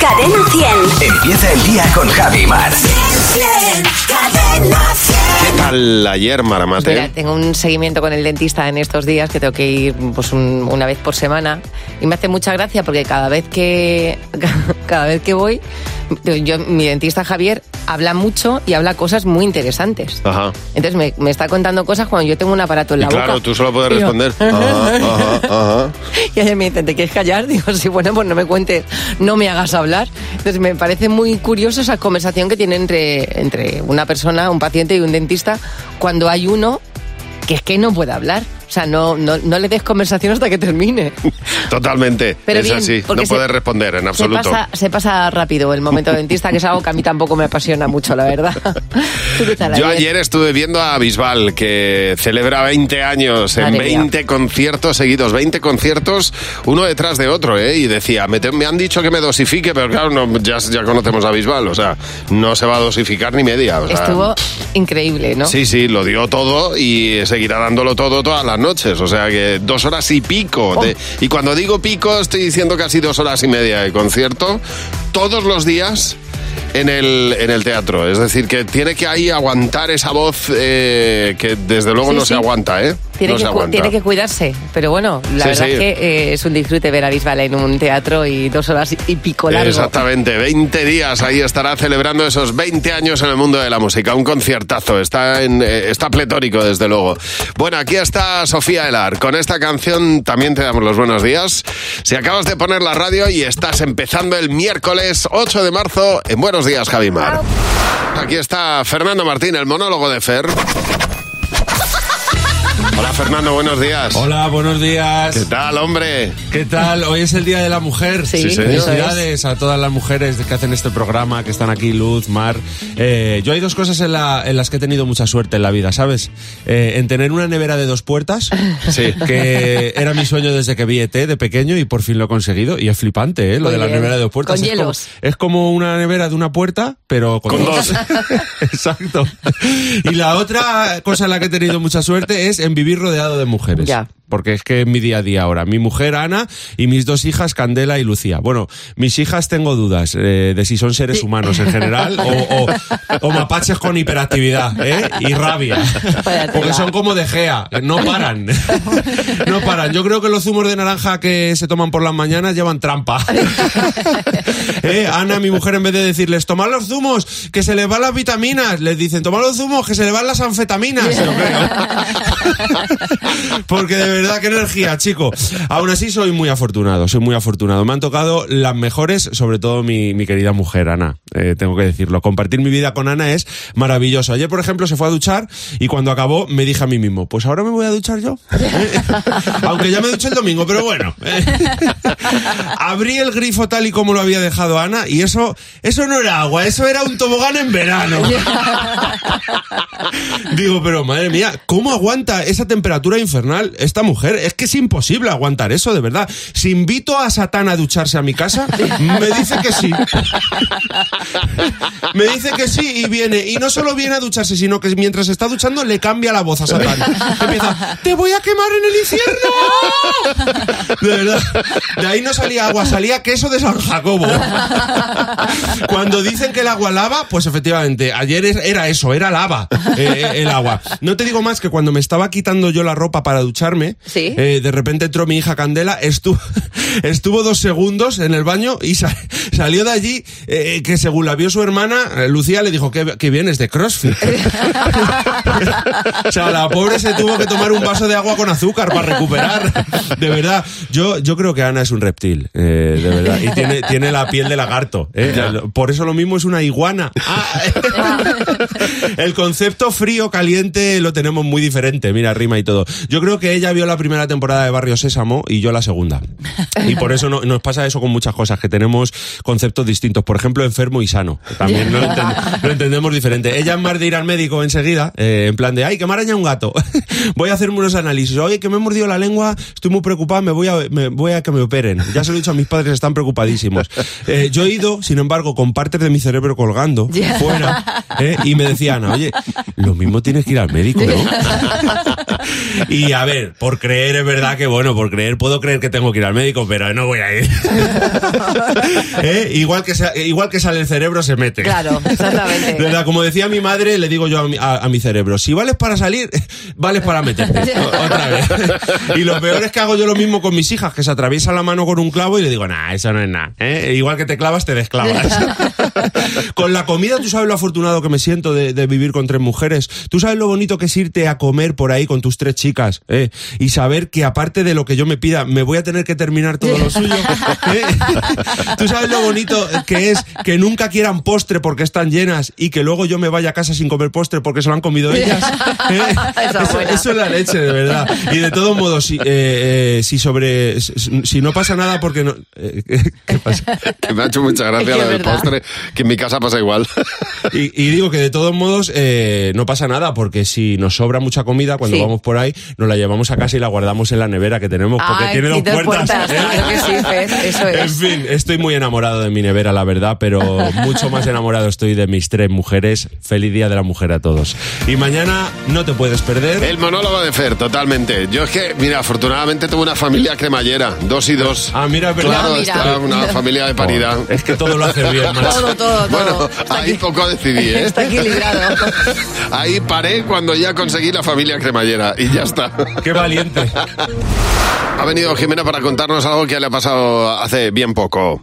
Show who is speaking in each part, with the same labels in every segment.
Speaker 1: Cadena 100.
Speaker 2: Empieza el día con Javi Mar.
Speaker 1: Cadena 100.
Speaker 3: ¿Qué tal ayer, ¿eh? Maramate?
Speaker 4: Mira, tengo un seguimiento con el dentista en estos días que tengo que ir pues, un- una vez por semana y me hace mucha gracia porque cada vez que cada vez que voy yo, mi dentista Javier habla mucho y habla cosas muy interesantes.
Speaker 3: Ajá.
Speaker 4: Entonces me, me está contando cosas cuando yo tengo un aparato en
Speaker 3: Y
Speaker 4: la
Speaker 3: claro,
Speaker 4: boca.
Speaker 3: tú solo puedes
Speaker 4: Y yo,
Speaker 3: responder. Ajá, ajá, ajá.
Speaker 4: Y ayer me dicen, ¿te quieres callar? Digo, sí, bueno, pues no me cuentes, no me hagas hablar. Entonces me parece muy curioso esa conversación que tiene entre, entre una persona, un paciente y un dentista, cuando hay uno que es que no puede hablar. O sea, no, no, no le des conversación hasta que termine.
Speaker 3: Totalmente.
Speaker 4: Pero
Speaker 3: es
Speaker 4: bien,
Speaker 3: así.
Speaker 4: porque
Speaker 3: No
Speaker 4: se-
Speaker 3: puedes responder en
Speaker 4: Se
Speaker 3: absoluto.
Speaker 4: pasa, se pasa rápido el momento dentista, que es algo que a mí tampoco me apasiona mucho, la verdad. ¿Tú qué tal
Speaker 3: Yo ayer estuve viendo a Bisbal, que celebra 20 años en
Speaker 4: Madre mía.
Speaker 3: 20 conciertos seguidos, 20 conciertos uno detrás de otro, ¿eh? Y decía, me, te- me han dicho que me dosifique, pero claro, no, ya, ya conocemos a Bisbal, o sea, no se va a dosificar ni media. o sea,
Speaker 4: Estuvo increíble, ¿no?
Speaker 3: Sí, sí, lo dio todo y seguirá dándolo todo todas las noches. O sea que dos horas y pico. de-
Speaker 4: Oh.
Speaker 3: y cuando digo pico, estoy diciendo casi dos horas y media de concierto todos los días en el, en el teatro. Es decir, que tiene que ahí aguantar esa voz eh, que desde luego
Speaker 4: Sí,
Speaker 3: no
Speaker 4: sí.
Speaker 3: se aguanta, ¿eh?
Speaker 4: Tiene,
Speaker 3: no
Speaker 4: que,
Speaker 3: se
Speaker 4: cu-
Speaker 3: aguanta.
Speaker 4: tiene que cuidarse, pero bueno, la
Speaker 3: Sí,
Speaker 4: verdad
Speaker 3: sí.
Speaker 4: es que eh, es un disfrute ver a Bisbal en un teatro y dos horas y pico largo.
Speaker 3: Exactamente, 20 días ahí estará celebrando esos 20 años en el mundo de la música. Un conciertazo, está, en, eh, está pletórico desde luego. Bueno, aquí está Sofía Elar. Con esta canción también te damos los buenos días. Si acabas de poner la radio y estás empezando el miércoles 8 de marzo, en Buenos Días, Javimar. Aquí está Fernando Martín, el monólogo de Fer. Hola Fernando, buenos días.
Speaker 5: Hola, buenos días.
Speaker 3: ¿Qué tal, hombre?
Speaker 5: ¿Qué tal? Hoy es el Día de la Mujer.
Speaker 4: Sí,
Speaker 3: Sí, señor.
Speaker 4: eso es.
Speaker 5: Felicidades a todas las mujeres que hacen este programa, que están aquí, Luz, Mar. Eh, yo hay dos cosas en, la- en las que he tenido mucha suerte en la vida, ¿sabes? Eh, en tener una nevera de dos puertas,
Speaker 3: Sí.
Speaker 5: que era mi sueño desde que vi ET de pequeño y por fin lo he conseguido. Y es flipante, ¿eh? Lo
Speaker 4: Muy
Speaker 5: de la
Speaker 4: bien.
Speaker 5: nevera de dos puertas.
Speaker 4: Con
Speaker 5: es,
Speaker 4: hielos.
Speaker 5: Como, es como una nevera de una puerta, pero con,
Speaker 3: Con dos.
Speaker 5: Exacto. Y la otra cosa en la que he tenido mucha suerte es en vivir rodeado de mujeres.
Speaker 4: Ya.
Speaker 5: Porque es que es mi día a día ahora. Mi mujer Ana y mis dos hijas Candela y Lucía. Bueno, mis hijas tengo dudas eh, de si son seres humanos en general o, o- o mapaches con hiperactividad ¿eh? y rabia.
Speaker 4: Vaya
Speaker 5: Porque
Speaker 4: tela.
Speaker 5: son como de Gea, no paran. No paran. Yo creo que los zumos de naranja que se toman por las mañanas llevan trampa. Eh, Ana, mi mujer, en vez de decirles tomar los zumos, que se les van las vitaminas, les dicen tomar los zumos, que se les van las anfetaminas. Yo creo. Porque de verdad, qué energía, chico. Aún así, soy muy afortunado, soy muy afortunado. Me han tocado las mejores, sobre todo mi, mi querida mujer, Ana. Eh, tengo que decirlo. Compartir mi vida con Ana es maravilloso. Ayer, por ejemplo, se fue a duchar y cuando acabó me dije a mí mismo, pues ahora me voy a duchar yo. Aunque ya me duché el domingo, pero bueno. Abrí el grifo tal y como lo había dejado Ana y eso, eso no era agua, eso era un tobogán en verano. Digo, pero madre mía, ¿cómo aguanta esa temperatura infernal esta mujer? Es que es imposible aguantar eso, de verdad. Si invito a Satán a ducharse a mi casa, me dice que sí. Me dice que sí y viene. Y no solo viene a ducharse, sino que mientras está duchando le cambia la voz a Satán. Empieza, te voy a quemar en el infierno. De verdad. De ahí no salía agua, salía queso de San Jacobo. Cuando dicen que el agua lava, pues efectivamente, ayer es- era eso, era lava eh, el agua. No te digo más que cuando me estaba quitando yo la ropa para ducharme,
Speaker 4: Sí.
Speaker 5: eh, de repente entró mi hija Candela, estuvo, estuvo dos segundos en el baño y sa- salió de allí eh, que según la vio su hermana, eh, Lucía le dijo que, que vienes de CrossFit. o sea, la pobre se tuvo que tomar un vaso de agua con azúcar para recuperar. De verdad, yo, yo creo que Ana es un reptil, eh, de verdad. Y tiene, tiene la piel de lagarto. eh. Por eso lo mismo es una iguana. Ah. El concepto frío, caliente, lo tenemos muy diferente. Mira, rima y todo. Yo creo que ella vio la primera temporada de Barrio Sésamo y yo la segunda. Y por eso no- nos pasa eso con muchas cosas, que tenemos conceptos distintos. Por ejemplo, enfermo muy sano. También lo, enten- lo entendemos diferente. Ella es más de ir al médico enseguida, eh, en plan de, ay, que me araña un gato. voy a hacerme unos análisis. Oye, que me he mordido la lengua, estoy muy preocupada, me voy a, me voy a que me operen. Ya se lo he dicho a mis padres, están preocupadísimos. Eh, yo he ido, sin embargo, con partes de mi cerebro colgando
Speaker 4: Ya.
Speaker 5: fuera ¿eh? y me decían, oye, lo mismo tienes que ir al médico, ¿no? Y a ver, por creer es verdad que, bueno, por creer puedo creer que tengo que ir al médico, pero no voy a ir. ¿Eh? igual, que sa- igual que sale el cerebro, se mete.
Speaker 4: Claro, exactamente.
Speaker 5: De verdad, como decía mi madre, le digo yo a mi, a- a mi cerebro, si vales para salir, vales para meterte. O- Otra vez. Y lo peor es que hago yo lo mismo con mis hijas, que se atraviesa la mano con un clavo y le digo, nah, eso no es nada. ¿eh? Igual que te clavas, te desclavas. con la comida, tú sabes lo afortunado que me siento de, de vivir con tres mujeres. Tú sabes lo bonito que es irte a comer por ahí con tus tres chicas ¿eh? y saber que aparte de lo que yo me pida, me voy a tener que terminar todo lo suyo. ¿eh? Tú sabes lo bonito que es que nunca quieran postre porque están llenas y que luego yo me vaya a casa sin comer postre porque se lo han comido ellas. ¿eh?
Speaker 4: Esa
Speaker 5: Eso,
Speaker 4: buena.
Speaker 5: eso es la leche, de verdad. Y de todos modos, si, eh, eh, si sobre. Si, si no pasa nada porque no. eh, ¿Qué pasa?
Speaker 3: Que me ha hecho mucha
Speaker 4: Es que
Speaker 3: gracia lo
Speaker 4: es
Speaker 3: del
Speaker 4: verdad.
Speaker 3: postre, que en mi casa pasa igual.
Speaker 5: Y, y digo que de todos modos eh, no pasa nada, porque si nos sobra mucha comida cuando
Speaker 4: Sí.
Speaker 5: vamos por ahí, nos la llevamos a casa y la guardamos en la nevera que tenemos, porque
Speaker 4: Ay,
Speaker 5: tiene
Speaker 4: sí,
Speaker 5: dos
Speaker 4: dos
Speaker 5: puertas. ¿eh?
Speaker 4: puertas, claro que sí, Fer, eso es.
Speaker 5: En fin, estoy muy enamorado de mi nevera, la verdad, pero mucho más enamorado estoy de mis tres mujeres. Feliz Día de la Mujer a todos. Y mañana no te puedes perder.
Speaker 3: El monólogo de Fer, totalmente. Yo es que, mira, afortunadamente tuve una familia cremallera, dos y dos.
Speaker 5: Ah, mira, es verdad.
Speaker 3: Claro,
Speaker 4: Ah, mira.
Speaker 3: está una familia de paridad.
Speaker 5: Es que todo lo hace bien, Mar.
Speaker 4: Todo, todo, todo.
Speaker 3: Bueno,
Speaker 4: Está
Speaker 3: ahí
Speaker 4: aquí-
Speaker 3: poco decidí, ¿eh?
Speaker 4: Está equilibrado.
Speaker 3: Ahí paré cuando ya conseguí la familia cremallera y ya está.
Speaker 5: Qué valiente.
Speaker 3: Ha venido Jimena para contarnos algo que le ha pasado hace bien poco.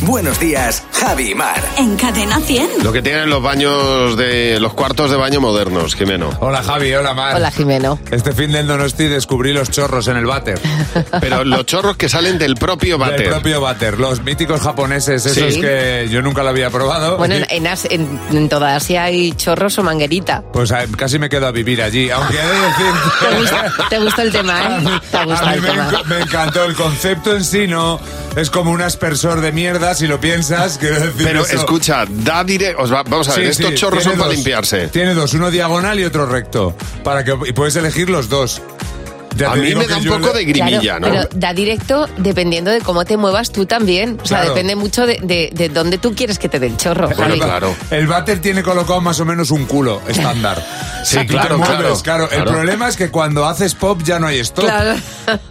Speaker 2: Buenos días, Javi y Mar.
Speaker 1: En Cadena 100.
Speaker 3: Lo que tienen los baños de los cuartos de baño modernos, Jimeno.
Speaker 6: Hola Javi, hola Mar.
Speaker 4: Hola, Jimeno.
Speaker 6: Este fin del Donosti descubrí los chorros en el váter.
Speaker 3: Pero los chorros que salen del propio váter.
Speaker 6: El propio váter. Los míticos japoneses, esos
Speaker 4: Sí.
Speaker 6: que yo nunca lo había probado.
Speaker 4: Bueno, en, en As- en- en toda Asia hay chorros o manguerita.
Speaker 6: Pues a- casi me quedo a vivir allí, aunque he de
Speaker 4: ¿Te
Speaker 6: decir...
Speaker 4: gusta, te gusta el tema, eh? Te gusta
Speaker 6: A
Speaker 4: el
Speaker 6: mí me,
Speaker 4: tema.
Speaker 6: enc- me encantó el concepto en sí, ¿no? Es como un aspersor de mierda, si lo piensas, quiero decir
Speaker 3: Pero
Speaker 6: eso.
Speaker 3: escucha, da dire... os va- Vamos a ver,
Speaker 6: Sí,
Speaker 3: estos
Speaker 6: sí,
Speaker 3: chorros
Speaker 6: tiene
Speaker 3: son para
Speaker 6: dos.
Speaker 3: limpiarse.
Speaker 6: Tiene dos, uno diagonal y otro recto. Para que y puedes elegir los dos. Ya
Speaker 3: A
Speaker 6: te
Speaker 3: mí
Speaker 6: digo
Speaker 3: me
Speaker 6: que
Speaker 3: da un
Speaker 6: yo
Speaker 3: poco
Speaker 6: le-
Speaker 3: de grimilla,
Speaker 4: Claro,
Speaker 3: ¿no?
Speaker 4: Pero da directo dependiendo de cómo te muevas tú también. O sea,
Speaker 6: Claro.
Speaker 4: depende mucho de, de, de dónde tú quieres que te dé el chorro.
Speaker 3: Bueno,
Speaker 4: Javi.
Speaker 3: claro.
Speaker 6: El váter tiene colocado más o menos un culo estándar.
Speaker 3: Sí,
Speaker 6: Tú te
Speaker 3: claro,
Speaker 6: mueves,
Speaker 3: claro,
Speaker 6: claro. El
Speaker 3: claro.
Speaker 6: problema es que cuando haces pop ya no hay stop.
Speaker 4: Claro.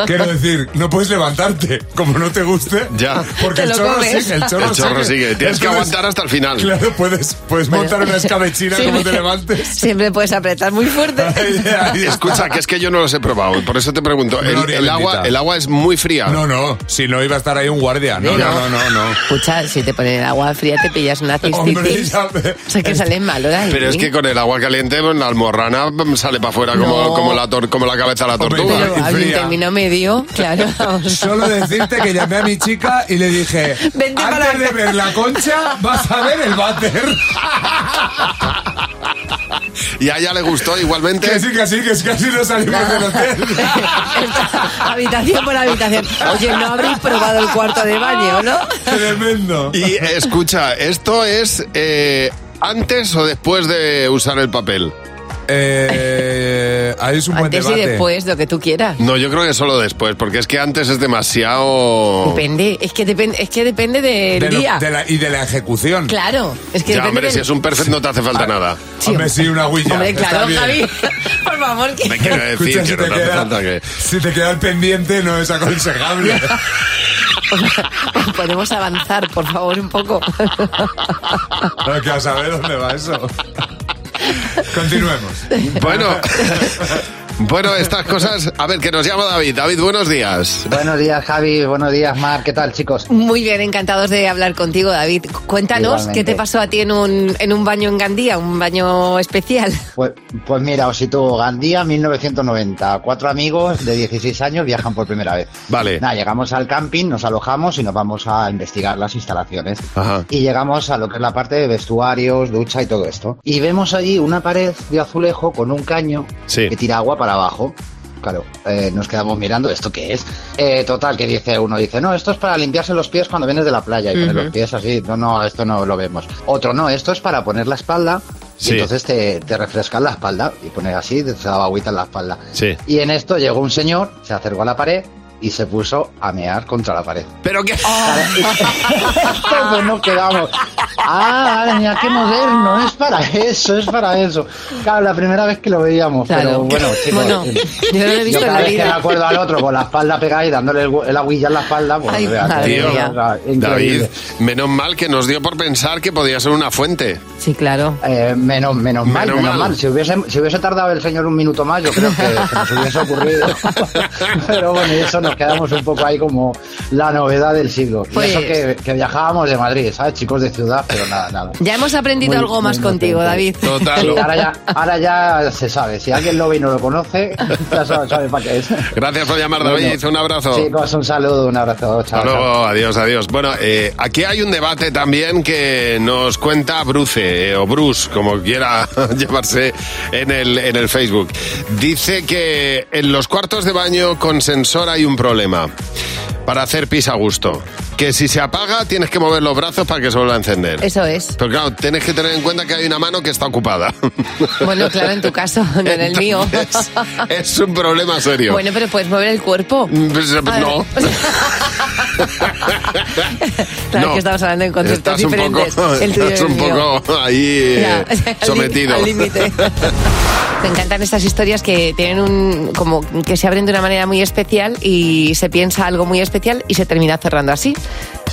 Speaker 6: Quiero decir, no puedes levantarte como no te guste.
Speaker 3: Ya.
Speaker 6: Porque
Speaker 4: Te
Speaker 6: el
Speaker 4: lo
Speaker 6: chorro,
Speaker 4: comes.
Speaker 6: sigue, el chorro
Speaker 3: El chorro sigue. Tienes que
Speaker 6: Entonces,
Speaker 3: aguantar hasta el final.
Speaker 6: Claro, puedes, puedes
Speaker 4: Bueno.
Speaker 6: montar una escabechina como te
Speaker 4: Siempre-
Speaker 6: levantes.
Speaker 4: Siempre puedes apretar muy fuerte.
Speaker 6: Ahí, ahí está.
Speaker 3: Escucha, que es que yo no los he probado, por eso te pregunto. El,
Speaker 6: Gloria
Speaker 3: el agua,
Speaker 6: bendita.
Speaker 3: el agua es muy fría.
Speaker 6: No, no, si no iba a estar ahí un guardia. No,
Speaker 4: Sí,
Speaker 6: no,
Speaker 4: ¿no?
Speaker 6: no, no. no.
Speaker 4: Escucha, si te ponen el agua fría te pillas una
Speaker 6: Hombre,
Speaker 4: cistitis.
Speaker 6: ya
Speaker 4: O
Speaker 6: me-
Speaker 4: sea, que sales malo de ahí.
Speaker 3: Pero es que con el agua caliente pues, la almorrana mm, sale para afuera como,
Speaker 4: No.
Speaker 3: como, la tor- como la cabeza de la
Speaker 6: Hombre,
Speaker 3: tortuga.
Speaker 4: Pero
Speaker 6: y
Speaker 4: hay un
Speaker 6: fría.
Speaker 4: término medio, claro. vamos.
Speaker 6: Solo decirte que llamé a mi chica y le dije,
Speaker 4: Vente para
Speaker 6: antes de
Speaker 4: acá".
Speaker 6: ver la concha, vas a ver el váter.
Speaker 3: Y a ella le gustó igualmente.
Speaker 6: Que sí, que sí, que es que así no salimos del hotel.
Speaker 4: Esta- habitación por habitación. Oye, no habréis probado el cuarto de baño, ¿no?
Speaker 6: Tremendo.
Speaker 3: Y escucha, esto es eh, antes o después de usar el papel.
Speaker 6: Eh, ahí es un buen
Speaker 4: Antes
Speaker 6: debate.
Speaker 4: y después, lo que tú quieras.
Speaker 3: No, yo creo que solo después, porque es que antes es demasiado.
Speaker 4: Depende, es que depende, es que depende del
Speaker 6: De lo-
Speaker 4: día.
Speaker 6: de la- y de la ejecución. Ah.
Speaker 4: Claro, es que
Speaker 3: Ya,
Speaker 4: depende
Speaker 3: hombre,
Speaker 4: del-
Speaker 3: si es un perfect no te hace falta nada.
Speaker 4: Sí,
Speaker 6: Hombre, sí, una huilla.
Speaker 4: Hombre,
Speaker 6: está
Speaker 4: claro,
Speaker 6: bien.
Speaker 4: Javi. Por favor, que...
Speaker 3: Me quiero decir
Speaker 6: Escucha,
Speaker 3: que
Speaker 6: si,
Speaker 3: no
Speaker 6: te
Speaker 3: te hace
Speaker 6: queda,
Speaker 3: falta que.
Speaker 6: si te queda el pendiente no es aconsejable.
Speaker 4: Podemos avanzar, por favor, un poco.
Speaker 6: Pero que a saber dónde va eso. Continuemos.
Speaker 3: Bueno, bueno, estas cosas. A ver, que nos llama David. David, buenos días.
Speaker 7: Buenos días, Javi. Buenos días, Mar. ¿Qué tal, chicos?
Speaker 4: Muy bien, encantados de hablar contigo, David. Cuéntanos
Speaker 7: Igualmente.
Speaker 4: qué te pasó a ti en un, en un baño en Gandía, un baño especial.
Speaker 7: Pues, pues mira, os sitúo Gandía, 1990. Cuatro amigos de 16 años viajan por primera vez.
Speaker 3: Vale.
Speaker 7: Nada, llegamos al camping, nos alojamos y nos vamos a investigar las instalaciones.
Speaker 3: Ajá.
Speaker 7: Y llegamos a lo que es la parte de vestuarios, ducha y todo esto. Y vemos allí una pared de azulejo con un caño
Speaker 3: Sí.
Speaker 7: que tira agua para abajo. Claro, eh, nos quedamos mirando, ¿esto qué es? Eh, total, que dice uno, dice, no, esto es para limpiarse los pies cuando vienes de la playa y poner
Speaker 1: Ujú.
Speaker 7: los pies así, no, no, esto no lo vemos. Otro, no, esto es para poner la espalda
Speaker 3: Sí.
Speaker 7: y entonces te, te refrescas la espalda y poner así, te daba agüita en la espalda.
Speaker 3: Sí.
Speaker 7: Y en esto llegó un señor, se acercó a la pared y se puso a mear contra la pared.
Speaker 3: Pero qué.
Speaker 4: Oh,
Speaker 7: Todos nos quedamos. Ah, vale, mira, qué moderno, es para eso, es para eso. Claro, la primera vez que lo veíamos,
Speaker 4: Claro.
Speaker 7: pero bueno, chicos.
Speaker 4: Bueno, yo no lo he visto
Speaker 7: yo cada
Speaker 4: en la
Speaker 7: vez que me
Speaker 4: vida.
Speaker 7: acuerdo al otro con la espalda pegada y dándole el, gu- el aguilla en la espalda, pues
Speaker 4: Ay,
Speaker 7: o sea,
Speaker 4: madre
Speaker 7: que-
Speaker 3: Tío,
Speaker 4: mía.
Speaker 7: o sea,
Speaker 3: David,
Speaker 7: increíble.
Speaker 3: menos mal que nos dio por pensar que podía ser una fuente.
Speaker 4: Sí, claro.
Speaker 7: Eh, menos, menos mal,
Speaker 3: Menos
Speaker 7: menos,
Speaker 3: mal.
Speaker 7: mal. Si, hubiese, si hubiese tardado el señor un minuto más, yo creo que se nos hubiese ocurrido. Pero bueno, y eso nos quedamos un poco ahí como la novedad del siglo. Y
Speaker 4: Pues-
Speaker 7: eso que, que viajábamos de Madrid, ¿sabes? Chicos de ciudad, pero nada, nada.
Speaker 4: Ya hemos aprendido
Speaker 7: Muy-
Speaker 4: algo
Speaker 7: muy
Speaker 4: más contigo, David.
Speaker 7: contento.
Speaker 3: Total.
Speaker 7: Sí, ahora, ya, ahora ya se sabe. Si alguien lo ve y no lo conoce, ya sabe, sabe para qué es.
Speaker 3: Gracias por llamar, David.
Speaker 7: Bueno,
Speaker 3: un abrazo.
Speaker 7: Chicos, un saludo, un abrazo. Chao,
Speaker 3: Hasta
Speaker 7: chao.
Speaker 3: luego, adiós, adiós. Bueno, eh, aquí hay un debate también que nos cuenta Bruce, eh, o Bruce, como quiera llamarse en el, en el Facebook. Dice que en los cuartos de baño con sensor hay un problema para hacer pis a gusto. Que si se apaga tienes que mover los brazos para que se vuelva a encender.
Speaker 4: Eso es.
Speaker 3: Pero claro, tienes que tener en cuenta que hay una mano que está ocupada.
Speaker 4: Bueno, claro, en tu caso, no en el mío.
Speaker 3: Entonces, Es un problema serio.
Speaker 4: Bueno, pero puedes mover el cuerpo.
Speaker 3: Pues, eh,
Speaker 4: A
Speaker 3: no.
Speaker 4: ver. Claro
Speaker 3: No.
Speaker 4: que estamos hablando en conceptos
Speaker 3: Estás un
Speaker 4: diferentes.
Speaker 3: poco,
Speaker 4: el tuyo y
Speaker 3: estás
Speaker 4: el
Speaker 3: un
Speaker 4: mío.
Speaker 3: poco ahí eh,
Speaker 4: Ya, al lí-
Speaker 3: sometido.
Speaker 4: Al límite. Me encantan estas historias que tienen un. como que se abren de una manera muy especial y se piensa algo muy especial y se termina cerrando así.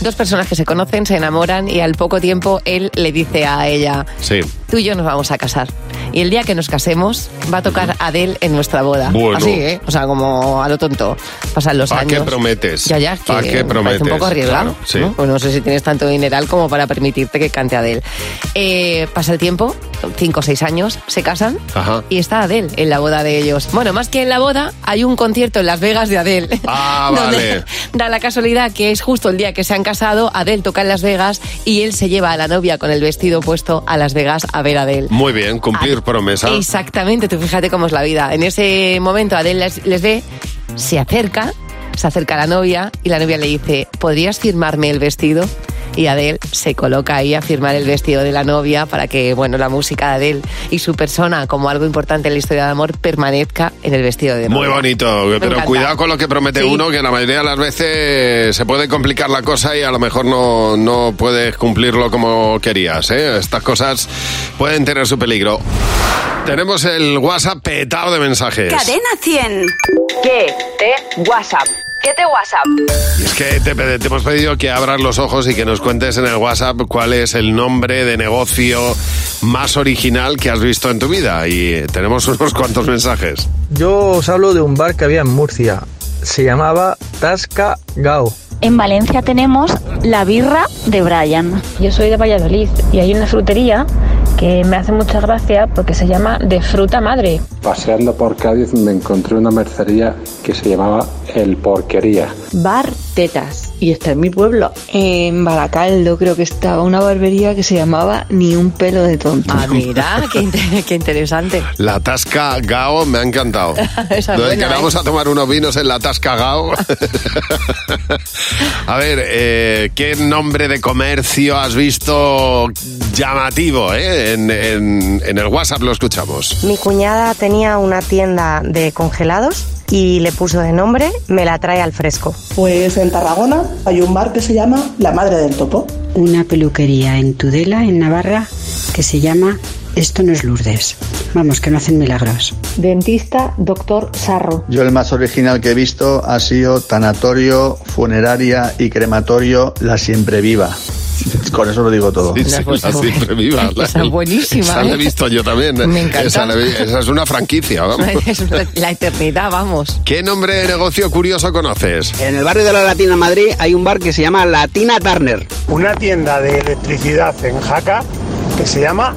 Speaker 4: Dos personas que se conocen, se enamoran y al poco tiempo él le dice a ella:
Speaker 3: Sí.
Speaker 4: Tú y yo nos vamos a casar. Y el día que nos casemos va a tocar Adele en nuestra boda.
Speaker 3: Bueno.
Speaker 4: Así, ¿eh? O sea, como a lo tonto. Pasan los
Speaker 3: ¿Para
Speaker 4: años.
Speaker 3: qué prometes?
Speaker 4: Ya, ya, que
Speaker 3: ¿Para qué
Speaker 4: me parece
Speaker 3: prometes?
Speaker 4: un poco arriesgado.
Speaker 3: Claro, sí.
Speaker 4: ¿no? Pues no sé si tienes tanto dineral como para permitirte que cante Adele. Eh, pasa el tiempo, cinco o seis años, se casan
Speaker 3: Ajá.
Speaker 4: y está Adele en la boda de ellos. Bueno, más que en la boda, hay un concierto en Las Vegas de Adele.
Speaker 3: Ah,
Speaker 4: Donde
Speaker 3: vale.
Speaker 4: Da la casualidad que es justo el día que se han casado, Adele toca en Las Vegas y él se lleva a la novia con el vestido puesto a Las Vegas a ver a Adele.
Speaker 3: Muy bien, cumplir
Speaker 4: Ah,
Speaker 3: promesa.
Speaker 4: Exactamente, tú fíjate cómo es la vida. En ese momento Adele les, les ve, se acerca, se acerca a la novia y la novia le dice, ¿podrías firmarme el vestido? Y Adele se coloca ahí a firmar el vestido de la novia para que, bueno, la música de Adele y su persona como algo importante en la historia de amor permanezca en el vestido de novia.
Speaker 3: Muy bonito,
Speaker 4: Me
Speaker 3: pero
Speaker 4: encanta.
Speaker 3: cuidado con lo que promete
Speaker 4: Sí.
Speaker 3: uno, que la mayoría de las veces se puede complicar la cosa y a lo mejor no, no puedes cumplirlo como querías. ¿eh? Estas cosas pueden tener su peligro. Tenemos el WhatsApp petado de mensajes.
Speaker 8: Cadena 100.
Speaker 9: ¿Qué te WhatsApp? ¿Qué te WhatsApp?
Speaker 3: Y es que te, pe- te hemos pedido que abras los ojos y que nos cuentes en el WhatsApp cuál es el nombre de negocio más original que has visto en tu vida. Y eh, tenemos unos cuantos mensajes.
Speaker 10: Yo os hablo de un bar que había en Murcia. Se llamaba Tasca Gao.
Speaker 11: En Valencia tenemos la birra de Brian.
Speaker 12: Yo soy de Valladolid y hay una frutería que me hace mucha gracia porque se llama de fruta madre.
Speaker 13: Paseando por Cádiz me encontré una mercería que se llamaba El Porquería.
Speaker 14: Bar Tetas. Y está en mi pueblo. En Baracaldo creo que estaba una barbería que se llamaba Ni un pelo de tonto.
Speaker 4: Ah, mira, qué, inter- qué interesante.
Speaker 3: La Tasca Gao me ha encantado.
Speaker 4: Esa es
Speaker 3: Nos
Speaker 4: buena,
Speaker 3: quedamos
Speaker 4: ¿eh?
Speaker 3: a tomar unos vinos en la Tasca Gao. a ver, eh, ¿qué nombre de comercio has visto llamativo? eh? En, en- en el WhatsApp lo escuchamos.
Speaker 15: Mi cuñada tenía una tienda de congelados y le puso de nombre Me la trae al fresco.
Speaker 16: Pues en Tarragona hay un bar que se llama La Madre del Topo.
Speaker 17: una peluquería en Tudela, en Navarra, que se llama Esto no es Lourdes. Vamos, que no hacen milagros.
Speaker 18: Dentista, doctor Sarro.
Speaker 19: Yo el más original que he visto ha sido tanatorio, funeraria y crematorio La Siempre Viva. Con eso lo digo todo.
Speaker 3: Sí, sí, la siempre viva. La-
Speaker 4: Esa es buenísima,
Speaker 3: Esa la he
Speaker 4: ¿eh?
Speaker 3: visto yo también.
Speaker 4: Me encanta.
Speaker 3: Esa, la he- esa es una franquicia, vamos.
Speaker 4: Es una- la eternidad, vamos.
Speaker 3: ¿Qué nombre de negocio curioso conoces?
Speaker 20: En el barrio de la Latina Madrid hay un bar que se llama Latina Turner.
Speaker 21: una tienda de electricidad en Jaca que se llama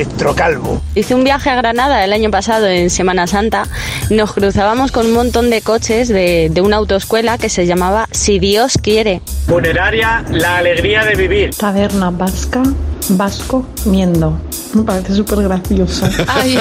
Speaker 21: Electrocalvo.
Speaker 22: Hice un viaje a Granada el año pasado en Semana Santa. Nos cruzábamos con un montón de coches de, de una autoescuela que se llamaba Si Dios quiere.
Speaker 21: Funeraria La Alegría de Vivir.
Speaker 23: Taberna Vasca
Speaker 1: vasco miendo. Me parece súper gracioso.
Speaker 4: Ay,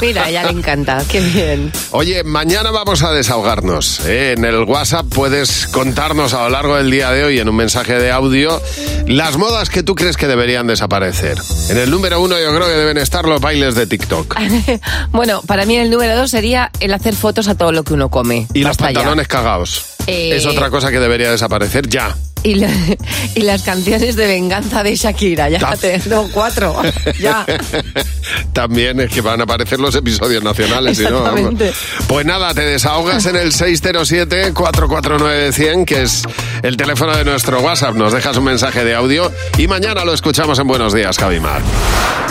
Speaker 4: mira, ya le encanta. Qué bien.
Speaker 3: Oye, mañana vamos a desahogarnos. ¿eh? En el WhatsApp puedes contarnos a lo largo del día de hoy en un mensaje de audio las modas que tú crees que deberían desaparecer. En el número uno yo creo que deben estar los bailes de TikTok.
Speaker 4: bueno, para mí el número dos sería el hacer fotos a todo lo que uno come.
Speaker 3: Y los
Speaker 4: Basta ya.
Speaker 3: pantalones cagados.
Speaker 4: Eh.
Speaker 3: Es otra cosa que debería desaparecer ya.
Speaker 4: Y, la- y las canciones de venganza de Shakira. Ya tengo cuatro. Ya.
Speaker 3: También es que van a aparecer los episodios nacionales. si no, vamos.
Speaker 4: Exactamente.
Speaker 3: Pues nada, te desahogas en el 607-449-100, que es el teléfono de nuestro WhatsApp. Nos dejas un mensaje de audio y mañana lo escuchamos en Buenos Días, Javimar.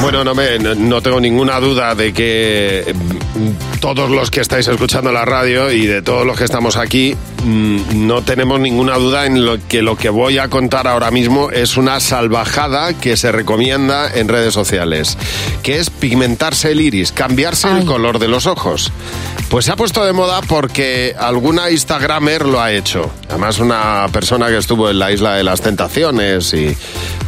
Speaker 3: Bueno, no, me, no, no tengo ninguna duda de que mm, todos los que estáis escuchando la radio y de todos los que estamos aquí, mm, no tenemos ninguna duda en lo que lo que voy a contar ahora mismo es una salvajada que se recomienda en redes sociales, que es pigmentarse el iris, cambiarse el color de los ojos. Pues se ha puesto de moda porque alguna Instagramer lo ha hecho. Además, una persona que estuvo en la isla de las tentaciones y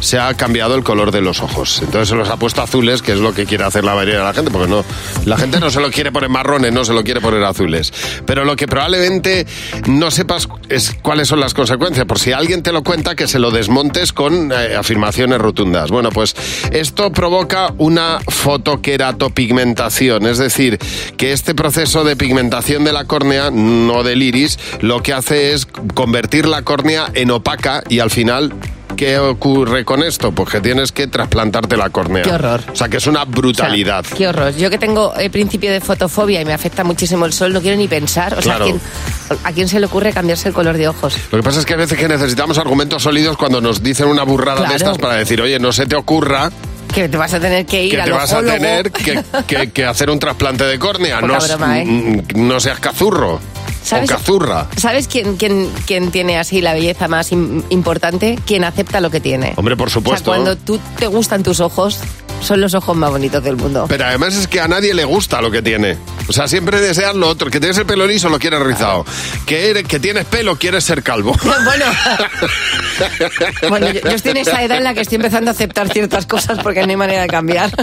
Speaker 3: se ha cambiado el color de los ojos. Entonces se los ha puesto azules, que es lo que quiere hacer la mayoría de la gente, porque no, la gente no se lo quiere poner marrones, no se lo quiere poner azules. Pero lo que probablemente no sepas es cuáles son las consecuencias. Por si alguien te lo cuenta, que se lo desmontes con eh, afirmaciones rotundas. Bueno, pues esto provoca una fotoqueratopigmentación, es decir, que este proceso de pigmentación de la córnea, no del iris, lo que hace es convertir la córnea en opaca y al final ¿Qué ocurre con esto? Pues que tienes que trasplantarte la córnea.
Speaker 4: Qué horror.
Speaker 3: O sea, que es una brutalidad.
Speaker 4: Qué horror. Yo que tengo el principio de fotofobia y me afecta muchísimo el sol, no quiero ni pensar. O sea,
Speaker 3: Claro.
Speaker 4: ¿a, quién, a quién se le ocurre cambiarse el color de ojos?
Speaker 3: Lo que pasa es que a veces que necesitamos argumentos sólidos cuando nos dicen una burrada
Speaker 4: Claro.
Speaker 3: de estas para decir, oye, no se te ocurra
Speaker 4: Que te vas a tener que ir
Speaker 3: que
Speaker 4: al
Speaker 3: te vas a
Speaker 4: ojólogo.
Speaker 3: tener que, que- que hacer un trasplante de córnea.
Speaker 4: Poca
Speaker 3: No, s-
Speaker 4: broma, ¿eh?
Speaker 3: n- no seas cazurro.
Speaker 4: ¿Sabes?
Speaker 3: O cazurra.
Speaker 4: ¿Sabes quién, quién, quién tiene así la belleza más im- importante? Quien acepta lo que tiene.
Speaker 3: Hombre, por supuesto.
Speaker 4: O sea, cuando tú te gustan tus ojos, son los ojos más bonitos del mundo.
Speaker 3: Pero además es que a nadie le gusta lo que tiene. O sea, siempre deseas lo otro. Que tienes el pelo liso, lo quieres rizado. Que, eres, que tienes pelo, quieres ser calvo.
Speaker 4: bueno. Bueno, yo, yo estoy en esa edad en la que estoy empezando a aceptar ciertas cosas porque no hay manera de cambiar.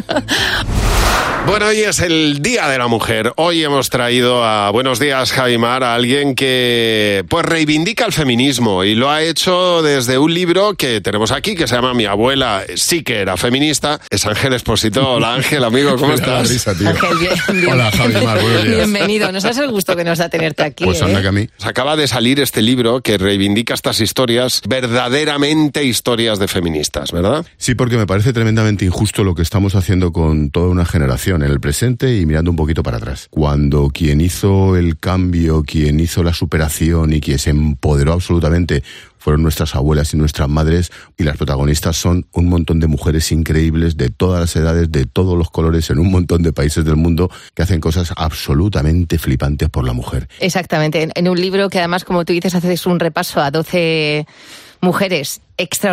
Speaker 3: Bueno, hoy es el Día de la Mujer. Hoy hemos traído a Buenos Días, Javimar, a alguien que pues reivindica el feminismo y lo ha hecho desde un libro que tenemos aquí que se llama Mi abuela sí que era feminista. Es Ángel Esposito. Hola Ángel, amigo, ¿cómo
Speaker 8: Me da la
Speaker 3: estás?
Speaker 8: risa, tío.
Speaker 4: Ángel, bien- bien-
Speaker 8: Hola, Javi Mar, buenos días.
Speaker 4: Bienvenido, nos das el gusto que nos da tenerte aquí.
Speaker 8: Pues anda
Speaker 4: ¿eh?
Speaker 8: que a mí.
Speaker 3: Se acaba de salir este libro que reivindica estas historias, verdaderamente historias de feministas, ¿verdad?
Speaker 8: Sí, porque me parece tremendamente injusto lo que estamos haciendo con toda una generación en el presente y mirando un poquito para atrás. Cuando quien hizo el cambio, quien hizo la superación y quien se empoderó absolutamente fueron nuestras abuelas y nuestras madres y las protagonistas son un montón de mujeres increíbles de todas las edades, de todos los colores, en un montón de países del mundo que hacen cosas absolutamente flipantes por la mujer.
Speaker 4: Exactamente, en, en un libro que además, como tú dices, haces un repaso a 12 mujeres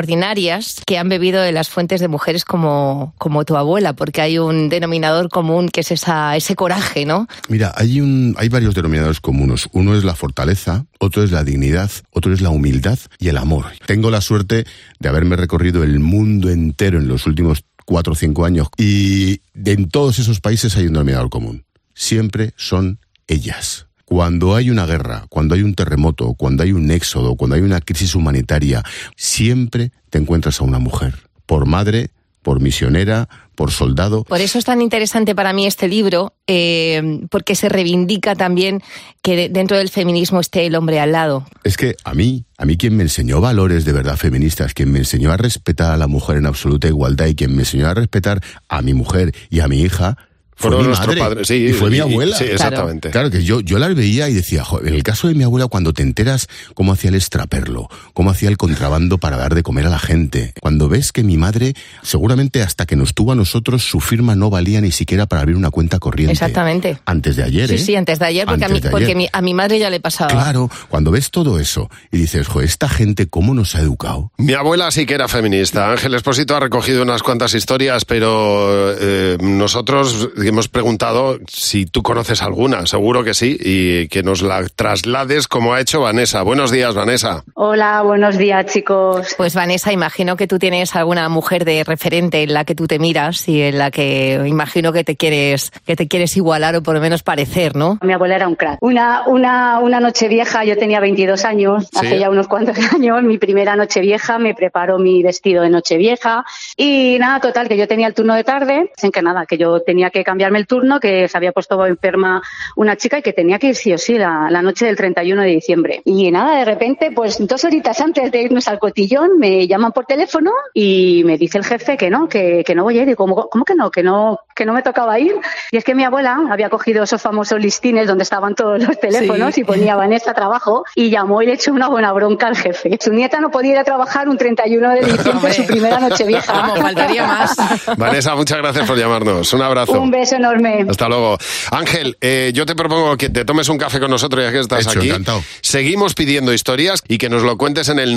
Speaker 4: extraordinarias que han bebido de las fuentes de mujeres como, como tu abuela, porque hay un denominador común que es esa, ese coraje, ¿no?
Speaker 8: Mira, hay, un, hay varios denominadores comunes. Uno es la fortaleza, otro es la dignidad, otro es la humildad y el amor. Tengo la suerte de haberme recorrido el mundo entero en los últimos cuatro o cinco años y de- en todos esos países hay un denominador común. Siempre son ellas. Cuando hay una guerra, cuando hay un terremoto, cuando hay un éxodo, cuando hay una crisis humanitaria, siempre te encuentras a una mujer. Por madre, por misionera, por soldado,
Speaker 4: Por eso es tan interesante para mí este libro, eh, porque se reivindica también que de- dentro del feminismo esté el hombre al lado.
Speaker 8: Es que a mí, a mí quien me enseñó valores de verdad feministas, quien me enseñó a respetar a la mujer en absoluta igualdad y quien me enseñó a respetar a mi mujer y a mi hija fue mi
Speaker 3: Fueron nuestro
Speaker 8: madre
Speaker 3: padre, sí,
Speaker 8: y fue
Speaker 3: y-
Speaker 8: mi abuela.
Speaker 3: sí, exactamente.
Speaker 8: Claro, que yo, yo las veía y decía, "Jo, en el caso de mi abuela, cuando te enteras cómo hacía el extraperlo, cómo hacía el contrabando para dar de comer a la gente, cuando ves que mi madre, seguramente hasta que nos tuvo a nosotros, su firma no valía ni siquiera para abrir una cuenta corriente.
Speaker 4: Exactamente.
Speaker 8: Antes de ayer,
Speaker 4: Sí,
Speaker 8: ¿eh?
Speaker 4: sí, antes de ayer, porque,
Speaker 8: Antes
Speaker 4: a, mí,
Speaker 8: de
Speaker 4: porque
Speaker 8: ayer.
Speaker 4: mi- a mi madre ya le pasaba.
Speaker 8: Claro, cuando ves todo eso y dices, jo, esta gente cómo nos ha educado.
Speaker 3: Mi abuela sí que era feminista. Ángel Espósito ha recogido unas cuantas historias, pero eh, nosotros, porque hemos preguntado si tú conoces alguna, seguro que sí, y que nos la traslades como ha hecho Vanessa. Buenos días, Vanessa.
Speaker 2: Hola, buenos días, chicos. Pues Vanessa, imagino que tú tienes alguna mujer de referente en la que tú te miras y en la que imagino que te quieres que te quieres igualar o por lo menos parecer, ¿no?
Speaker 18: Mi abuela era un crack. Una, una, una noche vieja, yo tenía 22 años,
Speaker 3: Sí.
Speaker 18: hace ya unos cuantos años, mi primera noche vieja, me preparó mi vestido de noche vieja y nada, total, que yo tenía el turno de tarde, en que nada, que yo tenía que cambiarme el turno, que se había puesto enferma una chica y que tenía que ir sí o sí la, la noche del 31 de diciembre. Y nada, de repente, pues dos horitas antes de irnos al cotillón, me llaman por teléfono y me dice el jefe que no, que, que no voy a ir. Y como, ¿cómo que no? Que no, que no me tocaba ir. Y es que mi abuela había cogido esos famosos listines donde estaban todos los teléfonos
Speaker 2: Sí.
Speaker 18: y ponía Vanessa trabajo y llamó y le echó una buena bronca al jefe. Su nieta no podía ir a trabajar un 31 de diciembre, su primera noche vieja.
Speaker 4: Vamos, faltaría más.
Speaker 3: Vanessa, muchas gracias por llamarnos. Un abrazo.
Speaker 18: Un beso enorme.
Speaker 3: Hasta luego. Ángel, eh, yo te propongo que te tomes un café con nosotros ya que estás
Speaker 8: Hecho,
Speaker 3: aquí.
Speaker 8: encantado.
Speaker 3: Seguimos pidiendo historias y que nos lo cuentes en el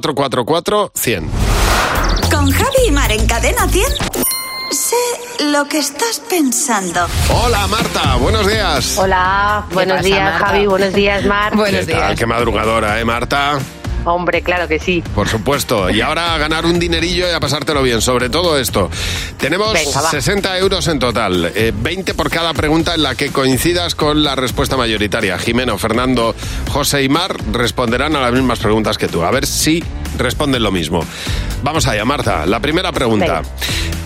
Speaker 3: 900-444-100.
Speaker 5: Con Javi y Mar en Cadena 100. Sé lo que estás pensando.
Speaker 3: Hola, Marta, buenos días.
Speaker 23: Hola, buenos
Speaker 5: pasa,
Speaker 23: días
Speaker 5: Marta?
Speaker 23: Javi, buenos días Mar.
Speaker 3: ¿Qué tal? Qué madrugadora, ¿eh, Marta?
Speaker 23: Hombre, claro que sí.
Speaker 3: Por supuesto. Y ahora a ganar un dinerillo y a pasártelo bien, sobre todo esto. Tenemos
Speaker 23: Venga, va.
Speaker 3: 60 euros en total, eh, 20 por cada pregunta en la que coincidas con la respuesta mayoritaria. Jimeno, Fernando, José y Mar responderán a las mismas preguntas que tú. A ver si responden lo mismo. Vamos allá, Marta. La primera pregunta.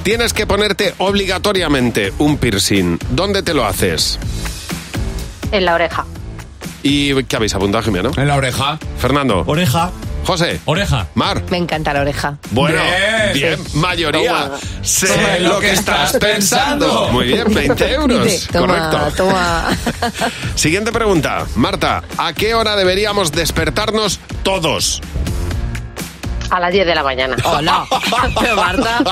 Speaker 3: Tienes que ponerte obligatoriamente un piercing. ¿Dónde te lo haces?
Speaker 23: En la oreja.
Speaker 3: ¿Y qué habéis apuntado, Jimeno? En la oreja. Fernando. Oreja. José. Oreja. Mar.
Speaker 23: Me encanta la oreja.
Speaker 3: Bueno,
Speaker 23: Bien.
Speaker 3: bien, mayoría.
Speaker 23: Toma.
Speaker 3: Sé lo que estás pensando. Muy bien, 20 euros.
Speaker 4: Dice, toma,
Speaker 3: Correcto.
Speaker 4: toma.
Speaker 3: Siguiente pregunta. Marta, ¿a qué hora deberíamos despertarnos todos?
Speaker 23: A las 10 de la mañana.
Speaker 4: Hola. Pero Marta,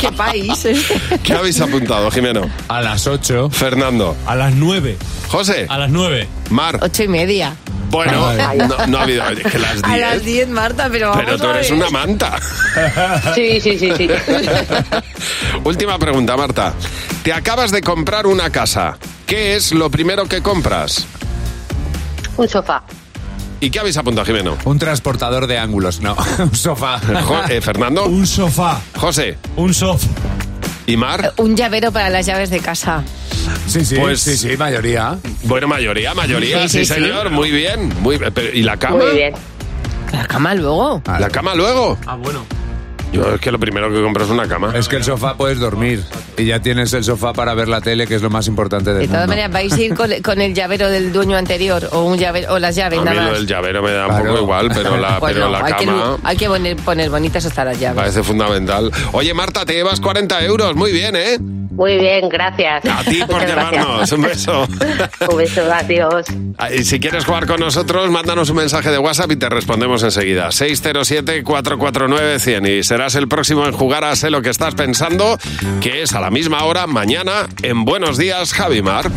Speaker 4: qué país.
Speaker 2: eh.
Speaker 3: ¿Qué habéis apuntado, Jimeno? A las 8. Fernando. A las 9. José. A las 9. Mar.
Speaker 4: Ocho y media.
Speaker 3: Bueno,
Speaker 4: Ah, vale.
Speaker 3: no, no ha habido. oye, que las
Speaker 4: A
Speaker 3: 10.
Speaker 4: las 10, Marta, pero vamos
Speaker 3: Pero tú
Speaker 4: a
Speaker 3: eres
Speaker 4: ver.
Speaker 3: una manta.
Speaker 23: Sí, sí, sí, sí.
Speaker 3: Última pregunta, Marta. Te acabas de comprar una casa. ¿Qué es lo primero que compras?
Speaker 23: Un sofá.
Speaker 3: ¿Y qué habéis apuntado, Jimeno?
Speaker 6: Un transportador de ángulos, no. Un sofá.
Speaker 3: Jo- eh, Fernando. Un sofá. José. Un sofá. ¿Y Mar?
Speaker 4: Un llavero para las llaves de casa.
Speaker 6: Sí, sí,
Speaker 3: Pues-
Speaker 6: sí, sí, mayoría.
Speaker 3: Bueno, mayoría, mayoría, sí,
Speaker 4: Sí, sí, sí.
Speaker 3: señor, muy bien. Muy, bien. Pero, ¿Y la cama?
Speaker 23: Muy bien.
Speaker 4: La cama luego.
Speaker 3: ¿La cama luego? Ah, bueno. Yo es que lo primero que compro es una cama.
Speaker 6: Es que el sofá puedes dormir y ya tienes el sofá para ver la tele, que es lo más importante
Speaker 4: De
Speaker 6: del
Speaker 4: todas
Speaker 6: mundo.
Speaker 4: maneras, vais a ir con, con el llavero del dueño anterior o un llave, o las llaves,
Speaker 3: A mí
Speaker 4: nada
Speaker 3: lo
Speaker 4: más.
Speaker 3: del llavero me da un poco igual, pero la,
Speaker 4: Pues
Speaker 3: ah, pero
Speaker 4: no,
Speaker 3: la
Speaker 4: hay que
Speaker 3: cama
Speaker 4: lu- hay que poner, poner bonitas hasta las llaves.
Speaker 3: parece fundamental. Oye, Marta, te llevas 40 euros, muy bien, ¿eh?
Speaker 23: Muy bien, gracias.
Speaker 3: A ti por
Speaker 23: Muchas
Speaker 3: llamarnos,
Speaker 23: gracias.
Speaker 3: un beso.
Speaker 23: Un beso, adiós.
Speaker 3: Ah, Y si quieres jugar con nosotros, mándanos un mensaje de WhatsApp y te respondemos enseguida. 607-449-100. Y serás el próximo en jugar a Sé lo que estás pensando, que es a la misma hora mañana en Buenos Días, Javimar.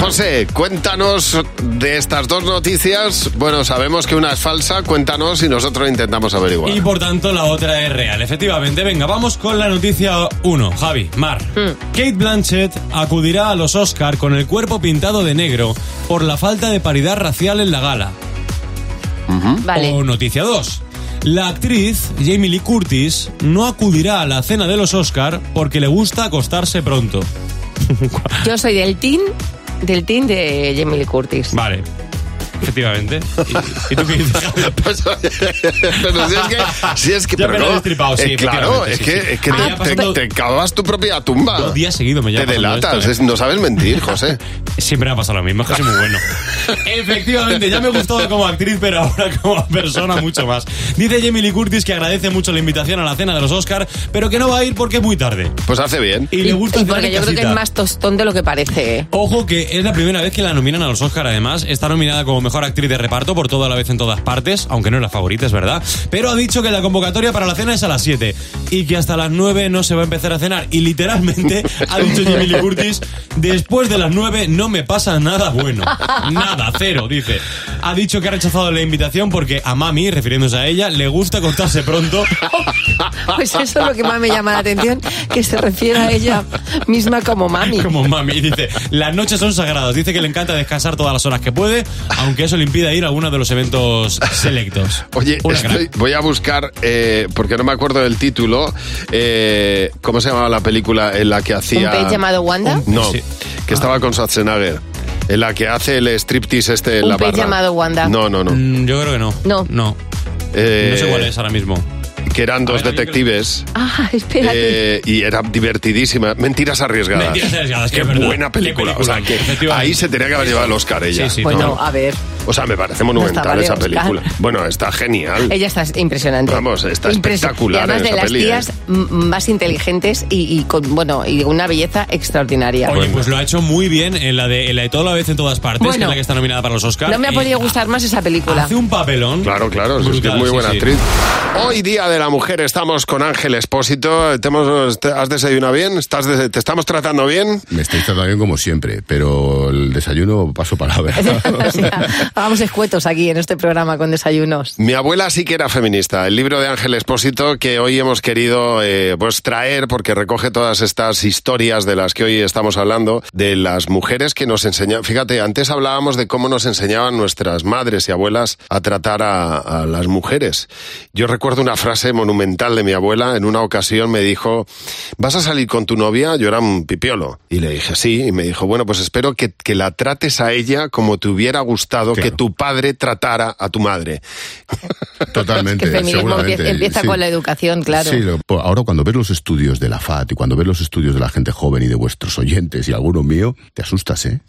Speaker 3: José, cuéntanos de estas dos noticias. Bueno, sabemos que una es falsa, cuéntanos y nosotros intentamos averiguar.
Speaker 24: Y por tanto la otra es real. Efectivamente, venga, vamos con la noticia 1. Javi, Mar. Kate Blanchett acudirá a los Oscar con el cuerpo pintado de negro por la falta de paridad racial en la gala. O noticia 2. La actriz Jamie Lee Curtis no acudirá a la cena de los Oscar porque le gusta acostarse pronto.
Speaker 4: Yo soy del team, del team de Jamie Lee Curtis.
Speaker 24: Vale. Efectivamente. ¿Y, y tú qué dices?
Speaker 3: pero Pues, si es que. Si es que
Speaker 24: Ya
Speaker 3: pero
Speaker 24: me lo
Speaker 3: no,
Speaker 24: he destripado, sí,
Speaker 3: eh, claro,
Speaker 24: efectivamente,
Speaker 3: es
Speaker 24: sí,
Speaker 3: que,
Speaker 24: sí. Ah,
Speaker 3: es que
Speaker 24: Me
Speaker 3: te-
Speaker 24: lleva
Speaker 3: te,
Speaker 24: pasando-
Speaker 3: te cavas tu propia tumba.
Speaker 24: Dos días seguidos me lleva
Speaker 3: Te
Speaker 24: pasando
Speaker 3: delatas,
Speaker 24: esto, ¿eh?
Speaker 3: es- no sabes mentir, José.
Speaker 24: Siempre me ha pasado lo mismo, es que soy muy bueno. Efectivamente, ya me gustó como actriz, pero ahora como persona mucho más. Dice Jamie Lee Curtis que agradece mucho la invitación a la cena de los Oscar, pero que no va a ir porque es muy tarde.
Speaker 3: Pues hace bien.
Speaker 24: Y le gusta
Speaker 4: Y
Speaker 24: cenar
Speaker 4: porque
Speaker 24: en
Speaker 4: yo creo que
Speaker 24: casita.
Speaker 4: es más tostón de lo que parece. ¿eh?
Speaker 24: Ojo que es la primera vez que la nominan a los Oscar, además. Está nominada como mejor actriz de reparto por toda la vez en todas partes, aunque no es la favorita, es verdad. Pero ha dicho que la convocatoria para la cena es a las 7 y que hasta las 9 no se va a empezar a cenar. Y literalmente ha dicho Jimmy Lee Curtis, después de las 9 no me pasa nada bueno. Nada, cero, dice. Ha dicho que ha rechazado la invitación porque a Mami, refiriéndose a ella, le gusta contarse pronto.
Speaker 4: Pues eso es lo que más me llama la atención, que se refiere a ella misma como mami.
Speaker 24: Como mami. Y dice, las noches son sagradas. Dice que le encanta descansar todas las horas que puede, aunque eso le impida ir a alguno de los eventos selectos.
Speaker 3: Oye, estoy- voy a buscar, eh, porque no me acuerdo del título, eh, ¿cómo se llamaba la película en la que
Speaker 4: Un
Speaker 3: hacía...
Speaker 4: pez llamado Wanda.
Speaker 3: No, que estaba con Schwarzenegger, en la que hace el striptease este en
Speaker 4: Un
Speaker 3: la
Speaker 4: pez
Speaker 3: barra.
Speaker 4: llamado Wanda.
Speaker 3: No, no, no.
Speaker 24: Mm, yo creo que no.
Speaker 4: No.
Speaker 24: No. no sé cuál es ahora mismo.
Speaker 3: Eh, Que eran dos detectives.
Speaker 4: Ah, espérate.
Speaker 3: eh, y era divertidísima. Mentiras arriesgadas.
Speaker 24: Mentiras arriesgadas, que
Speaker 3: Qué
Speaker 24: es verdad.
Speaker 3: buena película.
Speaker 24: Qué película,
Speaker 3: O sea, que ahí se tenía que haber llevado el Oscar ella.
Speaker 4: bueno, a ver.
Speaker 3: O sea, me parece
Speaker 4: No
Speaker 3: monumental
Speaker 4: estaba de
Speaker 3: esa
Speaker 4: Oscar.
Speaker 3: película. Bueno, está genial.
Speaker 4: Ella está impresionante.
Speaker 3: Vamos, está
Speaker 4: Impresi-
Speaker 3: espectacular
Speaker 4: Y además
Speaker 3: en
Speaker 4: de
Speaker 3: esa
Speaker 4: las
Speaker 3: peli, ¿eh?
Speaker 4: tías m- más inteligentes y, y con bueno y una belleza extraordinaria.
Speaker 24: Oye, pues lo ha hecho muy bien en la de, en la de toda la vez en todas partes, que es
Speaker 4: Bueno.
Speaker 24: la que está nominada para los Oscars.
Speaker 4: no me ha
Speaker 24: Y
Speaker 4: podido gustar más esa película.
Speaker 24: Hace un papelón.
Speaker 3: Claro, claro, es que es
Speaker 24: Brutal,
Speaker 3: muy
Speaker 24: sí,
Speaker 3: buena
Speaker 24: sí.
Speaker 3: actriz. Hoy día de la mujer estamos con Ángel Espósito. ¿Te hemos- te- ¿Has desayunado bien? ¿Estás des- ¿Te estamos tratando bien?
Speaker 8: Me estáis tratando bien como siempre, pero el desayuno paso palabra.
Speaker 4: O sea, Vamos escuetos aquí en este programa con desayunos.
Speaker 3: Mi abuela sí que era feminista. El libro de Ángel Espósito que hoy hemos querido eh, pues traer porque recoge todas estas historias de las que hoy estamos hablando, de las mujeres que nos enseñan. Fíjate, antes hablábamos de cómo nos enseñaban nuestras madres y abuelas a tratar a, a las mujeres. Yo recuerdo una frase monumental de mi abuela. En una ocasión me dijo, ¿vas a salir con tu novia? Yo era un pipiolo. Y le dije sí. Y me dijo, bueno, pues espero que, que la trates a ella como te hubiera gustado que tu padre tratara a tu madre.
Speaker 8: Totalmente,
Speaker 4: El feminismo empie-
Speaker 8: seguramente.
Speaker 4: empieza,
Speaker 8: sí.
Speaker 4: con la educación, claro.
Speaker 8: Sí, lo- po- ahora cuando ves los estudios de la FAT y cuando ves los estudios de la gente joven y de vuestros oyentes y alguno mío, te asustas, ¿eh?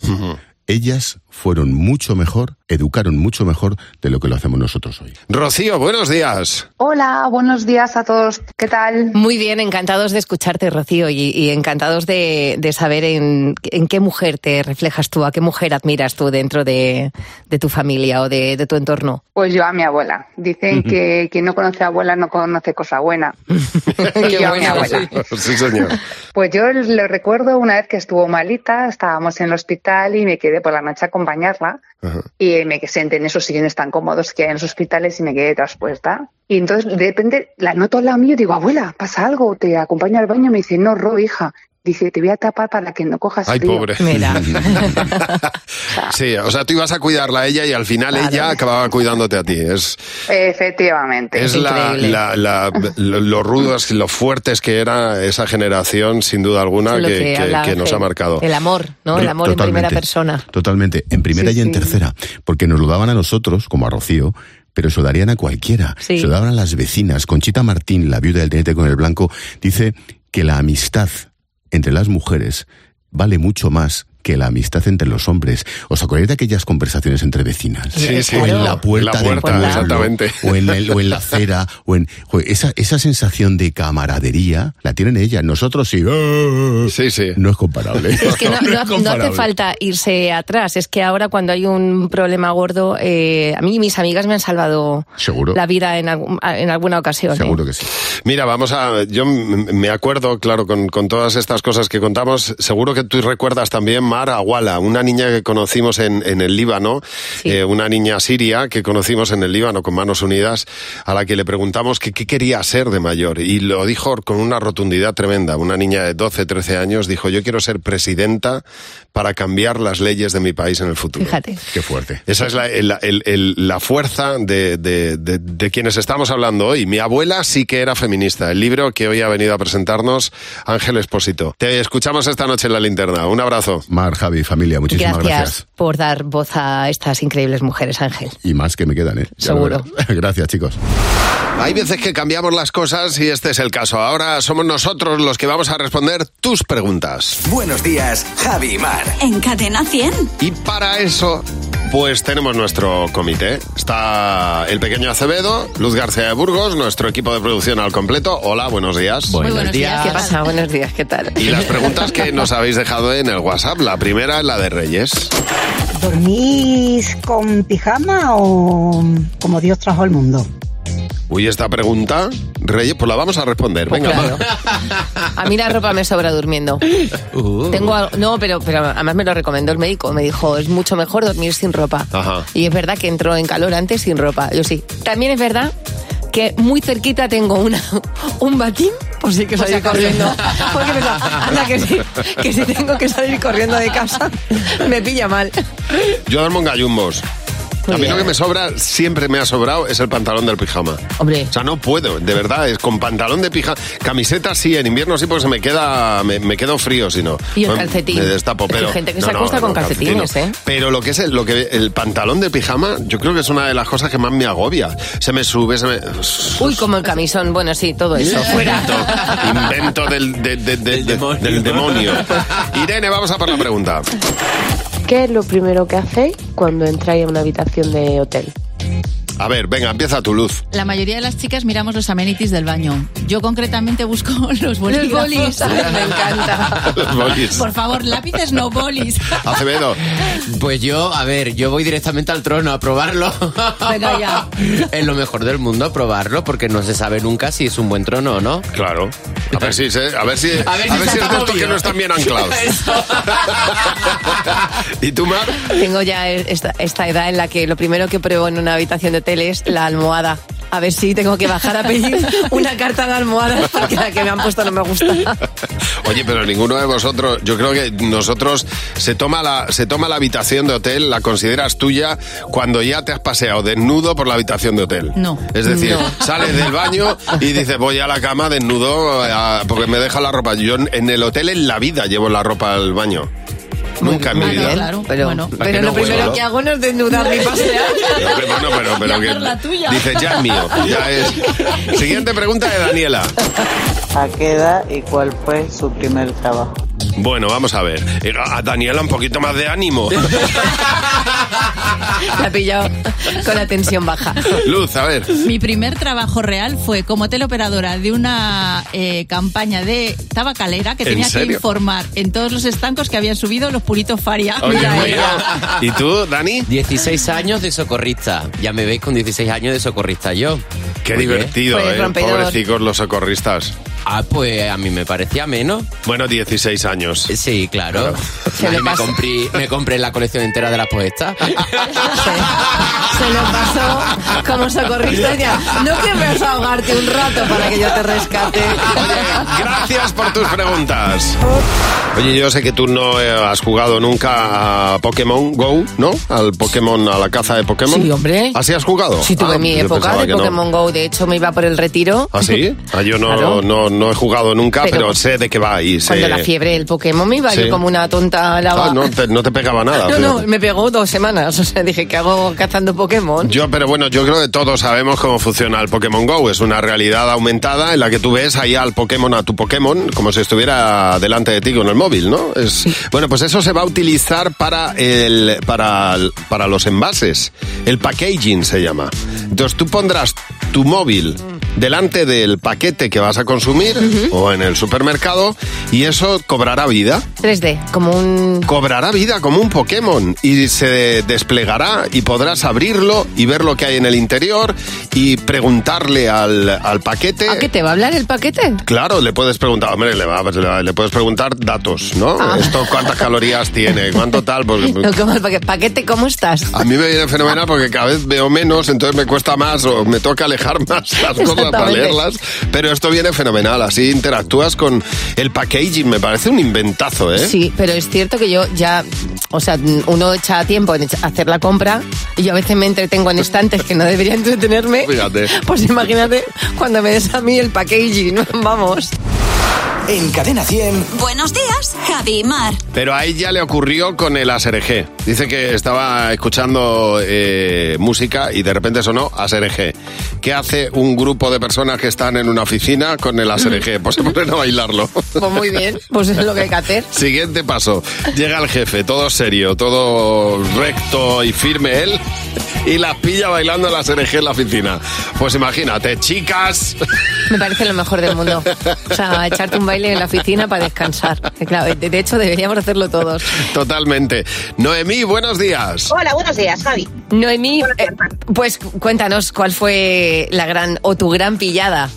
Speaker 8: Ellas fueron mucho mejor, educaron mucho mejor de lo que lo hacemos nosotros hoy.
Speaker 3: Rocío, buenos días.
Speaker 7: Hola, buenos días a todos. ¿Qué tal?
Speaker 4: Muy bien, encantados de escucharte, Rocío, y, y encantados de, de saber en, en qué mujer te reflejas tú, a qué mujer admiras tú dentro de, de tu familia o de, de tu entorno.
Speaker 7: Pues yo a mi abuela. Dicen
Speaker 4: Ujú.
Speaker 7: que quien no conoce a abuela no conoce cosa buena. Y yo a mi abuela.
Speaker 3: Sí, señor.
Speaker 7: Pues yo le recuerdo una vez que estuvo malita, estábamos en el hospital y me quedé por la noche a acompañarla y me senté en esos sillones tan cómodos que hay en los hospitales y me quedé traspuesta. Y entonces de repente la noto al lado mío y digo, abuela, pasa algo, te acompaño al baño. Y me dice, no, Ro, hija. Dice, te voy a tapar para que no cojas
Speaker 3: Ay,
Speaker 7: frío".
Speaker 3: pobre. sí, o sea, tú ibas a cuidarla a ella y al final ella acababa cuidándote a ti. Es,
Speaker 7: Efectivamente.
Speaker 3: es la, la- la- lo, lo rudos, lo fuertes que era esa generación, sin duda alguna,
Speaker 4: Lo
Speaker 3: que,
Speaker 4: que
Speaker 3: que-
Speaker 4: habla
Speaker 3: que nos
Speaker 4: Ángel.
Speaker 3: ha marcado.
Speaker 4: El amor, ¿no? El
Speaker 8: Sí,
Speaker 4: amor en
Speaker 8: totalmente.
Speaker 4: primera persona.
Speaker 8: Totalmente, en primera y en tercera, porque nos lo daban a nosotros, como a Rocío, pero se lo darían a cualquiera.
Speaker 4: Sí.
Speaker 8: Se lo daban a las vecinas. Conchita Martín, la viuda del teniente con el blanco, dice que la amistad entre las mujeres vale mucho más que la amistad entre los hombres. ¿Os acordáis de aquellas conversaciones entre vecinas?
Speaker 3: Sí, sí.
Speaker 8: O en
Speaker 3: Claro.
Speaker 8: la puerta,
Speaker 3: La puerta,
Speaker 8: del pueblo,
Speaker 3: exactamente.
Speaker 8: O en, el- o en la acera, o en... jo, esa, esa sensación de camaradería la tienen ellas. Nosotros sí.
Speaker 3: Sí, sí.
Speaker 8: No es comparable.
Speaker 4: Es que no, no- no hace
Speaker 8: comparable.
Speaker 4: falta irse atrás, es que ahora cuando hay un problema gordo, eh, a mí y mis amigas me han salvado
Speaker 3: Seguro.
Speaker 4: la vida en, algún- en alguna ocasión. ¿eh?
Speaker 3: que sí. Mira, vamos a. Yo m- me acuerdo, claro, con, con todas estas cosas que contamos. Seguro que tú recuerdas también Mar Aguala, una niña que conocimos en, en el Líbano, eh, una niña siria que conocimos en el Líbano con Manos Unidas, a la que le preguntamos que qué quería ser de mayor. Y lo dijo con una rotundidad tremenda. Una niña de 12, 13 años dijo: Yo quiero ser presidenta para cambiar las leyes de mi país en el futuro.
Speaker 4: Fíjate.
Speaker 8: Qué fuerte.
Speaker 3: Esa es la, el- el- el- la fuerza de, de- de- de quienes estamos hablando hoy. Mi abuela sí que era feminista. El libro que hoy ha venido a presentarnos, Ángel Espósito. Te escuchamos esta noche en la linterna. Un abrazo.
Speaker 8: Mar, Javi, familia, muchísimas
Speaker 4: Gracias,
Speaker 8: gracias.
Speaker 4: por dar voz a estas increíbles mujeres, Ángel.
Speaker 8: Y más que me quedan, ¿eh? Ya lo
Speaker 4: Seguro.
Speaker 8: verás. Gracias, chicos.
Speaker 3: Hay veces que cambiamos las cosas y este es el caso. Ahora somos nosotros los que vamos a responder tus preguntas.
Speaker 5: Buenos días, Javi Mar. En Cadena 100.
Speaker 3: Y para eso Pues tenemos nuestro comité. Está el pequeño Acevedo, Luz García de Burgos, nuestro equipo de producción al completo. Hola, buenos días.
Speaker 4: ¿Qué pasa? Buenos días, ¿qué tal?
Speaker 3: Y las preguntas que nos habéis dejado en el WhatsApp. La primera es la de Reyes.
Speaker 17: ¿Dormís con pijama o como Dios trajo al mundo?
Speaker 3: Uy, esta pregunta, Reyes, pues la vamos a responder. Venga,
Speaker 4: claro.
Speaker 3: va.
Speaker 4: A mí la ropa me sobra durmiendo.
Speaker 3: Uh.
Speaker 4: Tengo algo- no, pero, pero además me lo recomendó el médico. Me dijo, es mucho mejor dormir sin ropa.
Speaker 3: Ajá.
Speaker 4: Y es verdad que entró en calor antes sin ropa. Yo sí. También es verdad que muy cerquita tengo una, un batín por si hay que
Speaker 2: Por si
Speaker 4: salir
Speaker 2: acaso.
Speaker 4: corriendo. Porque me da- anda, que si, que si tengo que salir corriendo de casa, me pilla mal.
Speaker 3: Yo duermo en gallumbos.
Speaker 4: Muy
Speaker 3: a mí
Speaker 4: bien.
Speaker 3: lo que me sobra, siempre me ha sobrado, es el pantalón del pijama.
Speaker 4: Hombre.
Speaker 3: O sea, no puedo, de verdad, es con pantalón de pijama. Camiseta sí, en invierno sí, porque se me queda, me, me quedo frío, si no.
Speaker 4: Y el
Speaker 3: Me-
Speaker 4: calcetín.
Speaker 3: Me destapo,
Speaker 4: Es que hay
Speaker 3: pero.
Speaker 4: gente que se acuesta con calcetines, ¿eh?
Speaker 3: Pero lo que es el, lo que, el pantalón de pijama, yo creo que es una de las cosas que más me agobia. Se me sube, se me.
Speaker 4: Uy, como el camisón. Bueno, sí, todo eso. Fuera.
Speaker 3: Invento del, de- de- de- de- del demonio. Irene, vamos a por la pregunta.
Speaker 9: ¿Qué es lo primero que hacéis cuando entráis a una habitación de hotel?
Speaker 3: A ver, venga, empieza tu luz.
Speaker 10: La mayoría de las chicas miramos los amenities del baño. Yo concretamente busco los bolígrafos.
Speaker 4: bolis, ay, me encanta.
Speaker 3: Los bolis.
Speaker 10: Por favor, lápices no bolis.
Speaker 3: Acevedo.
Speaker 11: Pues yo, a ver, yo voy directamente al trono a probarlo.
Speaker 10: Venga ya.
Speaker 11: es lo mejor del mundo a probarlo porque no se sabe nunca si es un buen trono o no.
Speaker 3: Claro. A ver si, se- a ver si,
Speaker 11: A
Speaker 3: a
Speaker 11: ver
Speaker 3: ver
Speaker 11: si
Speaker 3: si
Speaker 11: está
Speaker 3: es de estos
Speaker 11: novio.
Speaker 3: que no están bien anclados. ¿Y tú, Mar?
Speaker 4: Tengo ya esta, esta edad en la que lo primero que pruebo en una habitación de hotel es la almohada. A ver si tengo que bajar a pedir una carta de almohadas porque la que me han puesto no me gusta.
Speaker 3: Oye, pero ninguno de vosotros, yo creo que nosotros se toma la se toma la habitación de hotel, la consideras tuya cuando ya te has paseado desnudo por la habitación de hotel.
Speaker 10: No.
Speaker 3: Es decir,
Speaker 10: No.
Speaker 3: sales del baño y dices, voy a la cama desnudo eh, porque me deja la ropa. Yo en- en el hotel en la vida llevo la ropa al baño. Nunca en mi vida.
Speaker 4: pero,
Speaker 3: ¿Para
Speaker 4: pero
Speaker 3: qué
Speaker 4: lo
Speaker 3: no
Speaker 4: primero
Speaker 3: huelo?
Speaker 4: que hago no es desnudar mi paseo.
Speaker 3: Pero que- bueno, pero, pero que- dices, ya es mío, ya es. Siguiente pregunta de Daniela.
Speaker 12: ¿A qué edad y cuál fue su primer trabajo?
Speaker 3: Bueno, vamos a ver. Eh, A Daniela un poquito más de ánimo.
Speaker 4: La he pillado con la tensión baja.
Speaker 3: Luz, a ver.
Speaker 10: Mi primer trabajo real fue como teleoperadora de una eh, campaña de tabacalera que
Speaker 3: ¿En
Speaker 10: tenía que
Speaker 3: serio?
Speaker 10: informar en todos los estancos que habían subido los puritos Faria.
Speaker 11: Oye,
Speaker 10: Mira, eh.
Speaker 11: bueno.
Speaker 10: mira.
Speaker 3: ¿Y tú, Dani?
Speaker 11: 16 años de socorrista. Ya me veis con 16 años de socorrista yo.
Speaker 3: Qué divertido,
Speaker 4: Pues,
Speaker 3: ¿eh? Pobrecicos los socorristas.
Speaker 11: Ah, pues a mí me parecía menos.
Speaker 3: Bueno, 16 años.
Speaker 11: Sí, claro.
Speaker 4: Se
Speaker 11: Ahí
Speaker 4: le
Speaker 11: me,
Speaker 4: pasa.
Speaker 11: compré, me compré la colección entera de las poetas.
Speaker 4: Se lo pasó como socorrista. decía, No querrás ahogarte un rato para que yo te rescate.
Speaker 3: Gracias por tus preguntas. Oye, yo sé que tú no eh, has jugado nunca a Pokémon Go, ¿no? Al Pokémon, a la caza de Pokémon.
Speaker 4: Sí, hombre.
Speaker 3: ¿Así has jugado?
Speaker 4: Sí, tuve
Speaker 3: Ah,
Speaker 4: mi
Speaker 3: yo
Speaker 4: época
Speaker 3: pensaba
Speaker 4: de
Speaker 3: que no.
Speaker 4: Pokémon Go. De hecho, me iba por el retiro.
Speaker 3: ¿Ah, sí? Ah, yo no,
Speaker 4: Claro.
Speaker 3: no, no he jugado nunca,
Speaker 4: Pero-
Speaker 3: pero, sé de qué va y sé...
Speaker 4: Cuando la fiebre del Pokémon me iba
Speaker 3: Sí.
Speaker 4: yo como una tonta a la
Speaker 3: Ah, no, te, no te pegaba nada.
Speaker 4: No,
Speaker 3: fíjate.
Speaker 4: no, me pegó dos semanas. O sea, dije, ¿qué hago cazando Pokémon?
Speaker 3: Yo, pero bueno, yo creo que todos sabemos cómo funciona el Pokémon Go. Es una realidad aumentada en la que tú ves ahí al Pokémon, a tu Pokémon, como si estuviera delante de ti con el móvil, ¿no? Es, bueno, pues eso se va a utilizar para, el, para, el- para los envases. El packaging se llama. Entonces tú pondrás tu móvil delante del paquete que vas a consumir o en el supermercado y eso cobrará vida
Speaker 4: 3D, como un...
Speaker 3: cobrará vida como un Pokémon y se desplegará y podrás abrirlo y ver lo que hay en el interior y preguntarle al, al paquete.
Speaker 4: ¿A qué te va a hablar el paquete?
Speaker 3: Claro, le puedes preguntar, hombre, le, va- pues, le va- le puedes preguntar datos, ¿no?
Speaker 4: Ah.
Speaker 3: Esto, ¿cuántas calorías tiene? ¿Cuánto tal? Porque-
Speaker 4: No, como el paquete. Paquete, ¿cómo estás?
Speaker 3: a mí me viene fenomenal porque cada vez veo menos, entonces me cuesta más o me toca alejar más las cosas para
Speaker 4: Exactamente.
Speaker 3: leerlas. Pero esto viene fenomenal, así interactúas con el packaging, me parece un inventazo, ¿eh?
Speaker 4: Sí, pero es cierto que yo ya, o sea, uno echa tiempo en echa- hacer la compra y yo a veces me entretengo en estantes que no debería entretenerme.
Speaker 3: Fíjate.
Speaker 4: Pues imagínate cuando me des a mí el packaging, vamos.
Speaker 13: En Cadena 100.
Speaker 5: Buenos días, Javi y Mar.
Speaker 3: Pero a ella le ocurrió con el ASRG. Dice que estaba escuchando eh, música y de repente sonó ASRG. ¿Qué hace un grupo de personas que están en una oficina con el ASRG? Pues se ponen a bailarlo.
Speaker 4: Pues muy bien, pues es lo que hay que hacer.
Speaker 3: Siguiente paso. Llega el jefe, todo serio, todo recto y firme él, y las pilla bailando las ASRG en la oficina. Pues imagínate, chicas.
Speaker 4: Me parece lo mejor del mundo. O sea, echarte un baile en la oficina para descansar. Claro, de de hecho, deberíamos hacerlo todos.
Speaker 3: Totalmente. Noemí, buenos días.
Speaker 14: Hola, buenos días, Javi.
Speaker 4: Noemí, eh, pues cuéntanos cuál fue la gran o tu gran pillada.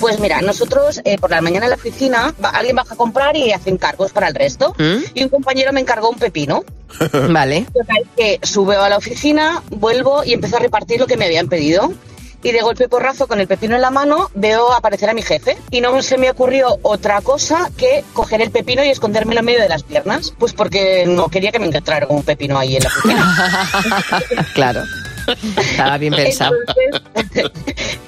Speaker 14: Pues mira, nosotros eh, por la mañana en la oficina va- alguien baja a comprar y hacen cargos para el resto.
Speaker 4: ¿Mm?
Speaker 14: Y un compañero me encargó un pepino.
Speaker 4: Vale.
Speaker 14: Total, que subo a la oficina, vuelvo y empiezo a repartir lo que me habían pedido. Y de golpe y porrazo, con el pepino en la mano, veo aparecer a mi jefe. Y no se me ocurrió otra cosa que coger el pepino y escondérmelo en medio de las piernas. Pues porque no quería que me encontrara con un pepino ahí en la oficina.
Speaker 4: Claro. Estaba bien pensado.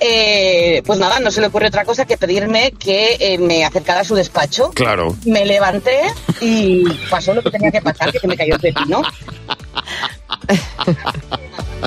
Speaker 14: Eh, pues nada, no se le ocurre otra cosa que pedirme que eh, me acercara a su despacho.
Speaker 3: Claro.
Speaker 14: Me levanté y pasó lo que tenía que pasar, que se me cayó el pepino.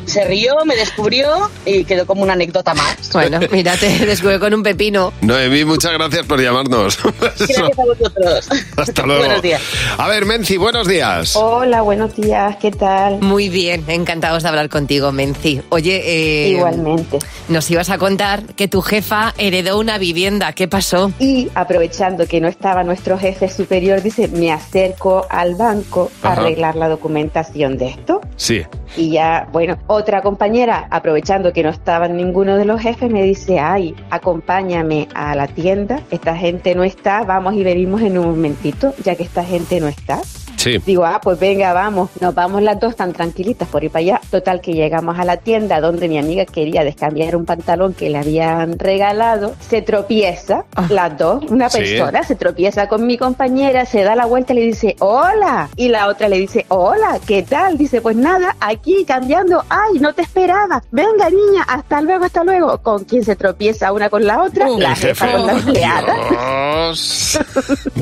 Speaker 14: Se rió, me descubrió y quedó como una anécdota más.
Speaker 4: Bueno, mira, te descubrí con un pepino.
Speaker 3: Noemí, muchas gracias por llamarnos.
Speaker 14: Gracias a vosotros.
Speaker 3: Hasta luego.
Speaker 14: Buenos días.
Speaker 3: A ver, Menci, buenos días.
Speaker 15: Oh.
Speaker 4: Hola, buenos días, ¿qué tal? Muy bien, encantados de hablar contigo, Menci. Oye, igualmente. Nos ibas a contar que tu jefa heredó una vivienda. ¿Qué pasó?
Speaker 15: Y aprovechando que no estaba nuestro jefe superior, dice, me acerco al banco a
Speaker 3: Ajá.
Speaker 15: arreglar la documentación de esto.
Speaker 3: Sí.
Speaker 15: Y ya, bueno, otra compañera, aprovechando que no estaba ninguno de los jefes, me dice, ay, acompáñame a la tienda, esta gente no está, vamos y venimos en un momentito, ya que esta gente no está.
Speaker 3: Sí.
Speaker 15: Digo, ah, pues venga, vamos, nos vamos las dos tan tranquilitas por ir para allá. Total que llegamos a la tienda donde mi amiga quería descambiar un pantalón que le habían regalado, se tropieza, las dos, una
Speaker 16: Sí.
Speaker 15: persona, se tropieza con mi compañera, se da la vuelta y le dice, hola, y la otra le dice, hola, ¿qué tal? Dice, pues nada, aquí cambiando, ay, no te esperaba, venga niña, hasta luego, hasta luego, con quien se tropieza una con la otra, la
Speaker 3: el jefe.
Speaker 15: jefa con la empleada.
Speaker 3: Dios.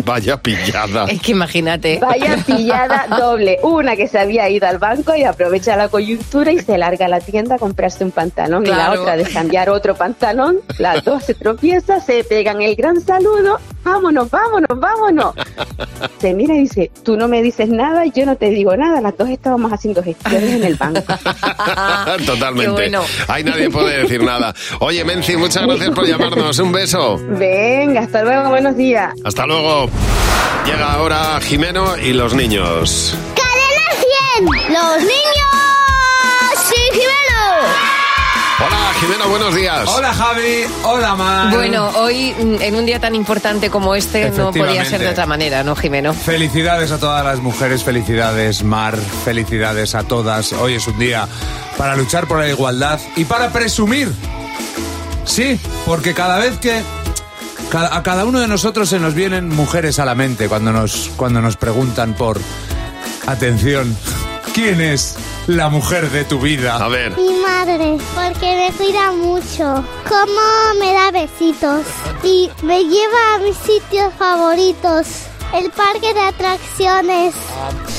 Speaker 3: Vaya pillada.
Speaker 4: Es que imagínate.
Speaker 15: Vaya pillada doble. Una que se había ido al banco y aprovecha la coyuntura y se larga a la tienda a comprarse un pantalón. Y
Speaker 4: Claro.
Speaker 15: la otra de cambiar otro pantalón. Las dos se tropiezan, se pegan el gran saludo. Vámonos, vámonos, vámonos. Se mira y dice, tú no me dices nada, yo no te digo nada. Las dos estábamos haciendo gestiones en el banco.
Speaker 3: Totalmente.
Speaker 15: Ah, Qué bueno.
Speaker 3: Ahí nadie puede decir nada. Oye, Menci, muchas gracias por llamarnos. Un beso.
Speaker 15: Venga, hasta luego, buenos días.
Speaker 3: Hasta luego. Llega ahora Jimeno y los niños.
Speaker 25: ¡Cadena 100! ¡Los niños! ¡Sí,
Speaker 3: Hola, Jimeno, buenos días.
Speaker 6: Hola, Javi.
Speaker 4: Oh,
Speaker 6: Hola, Mar.
Speaker 4: Bueno, hoy mm, en un día tan importante como este no podía ser
Speaker 6: Efectivamente.
Speaker 4: de otra manera, ¿no, Jimeno?
Speaker 6: Felicidades a todas las mujeres, felicidades Mar, felicidades a todas. Hoy es un día para luchar por la igualdad y para presumir. Sí, porque cada vez que ca- a cada uno de nosotros se nos vienen mujeres a la mente cuando nos cuando nos preguntan por atención, ¿quién es la mujer de tu vida?
Speaker 3: A ver.
Speaker 25: Mi madre, porque me cuida mucho. Como me da besitos. Y me lleva a mis sitios favoritos. El parque de atracciones.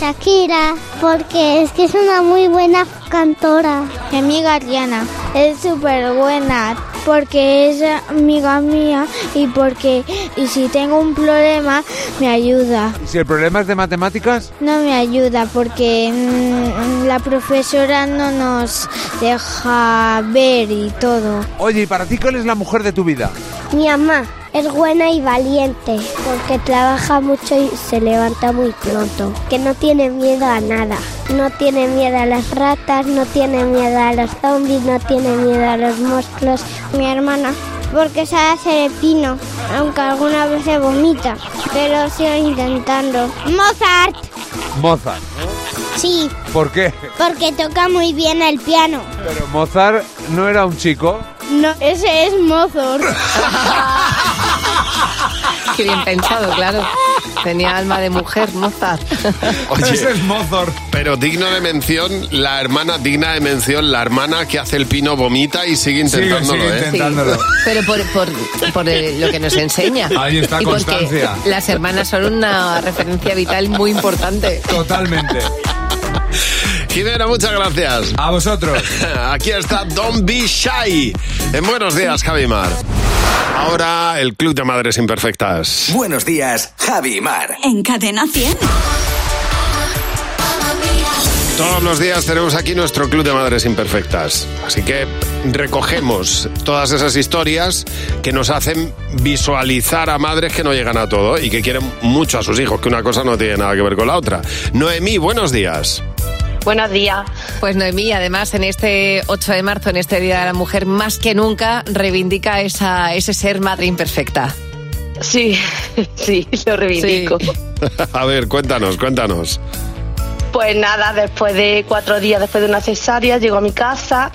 Speaker 25: Shakira, porque es que es una muy buena cantora. Mi amiga Ariana es súper buena porque es amiga mía y porque y si tengo un problema me ayuda.
Speaker 6: Si el problema es de matemáticas,
Speaker 25: No me ayuda porque mm, la profesora no nos deja ver y todo.
Speaker 6: oye, ¿y para ti cuál es la mujer de tu vida?
Speaker 25: Mi mamá es buena y valiente porque trabaja mucho y se levanta muy pronto. Que no tiene miedo a nada. No tiene miedo a las ratas, no tiene miedo a los zombies, no tiene miedo a los monstruos. Mi hermana. Porque sabe hacer el pino, aunque alguna vez se vomita, pero sigo intentando. ¡Mozart!
Speaker 6: Mozart.
Speaker 25: Sí,
Speaker 6: ¿Por qué?
Speaker 25: porque toca muy bien el piano.
Speaker 6: Pero Mozart no era un chico.
Speaker 25: No, ese es Mozart.
Speaker 4: Qué bien pensado, claro. Tenía alma de mujer, Mozart.
Speaker 3: Ese es Mozart. Pero digno de mención, la hermana digna de mención, la hermana que hace el pino vomita y sigue
Speaker 6: Sigue, sigue
Speaker 3: intentándolo, ¿eh?
Speaker 6: intentándolo.
Speaker 4: Pero por, por- por, eh, lo que nos enseña.
Speaker 6: Ahí está
Speaker 4: y porque
Speaker 6: constancia.
Speaker 4: las hermanas son una referencia vital muy importante.
Speaker 6: Totalmente.
Speaker 3: Jimena, muchas gracias.
Speaker 6: A vosotros.
Speaker 3: Aquí está Don Be Shy. En Buenos Días, Javi Mar. Ahora el Club de Madres Imperfectas.
Speaker 26: Buenos días, Javi y Mar.
Speaker 16: En Cadena 100.
Speaker 3: Todos los días tenemos aquí nuestro Club de Madres Imperfectas. Así que recogemos todas esas historias que nos hacen visualizar a madres que no llegan a todo y que quieren mucho a sus hijos, que una cosa no tiene nada que ver con la otra. Noemí, buenos días.
Speaker 4: Buenos días. Pues Noemí, además, en este 8 de marzo, en este Día de la Mujer, más que nunca reivindica esa, ese ser madre imperfecta.
Speaker 14: Sí, sí, lo reivindico.
Speaker 3: a ver, cuéntanos, cuéntanos.
Speaker 14: Pues nada, después de cuatro días después de una cesárea, llego a mi casa,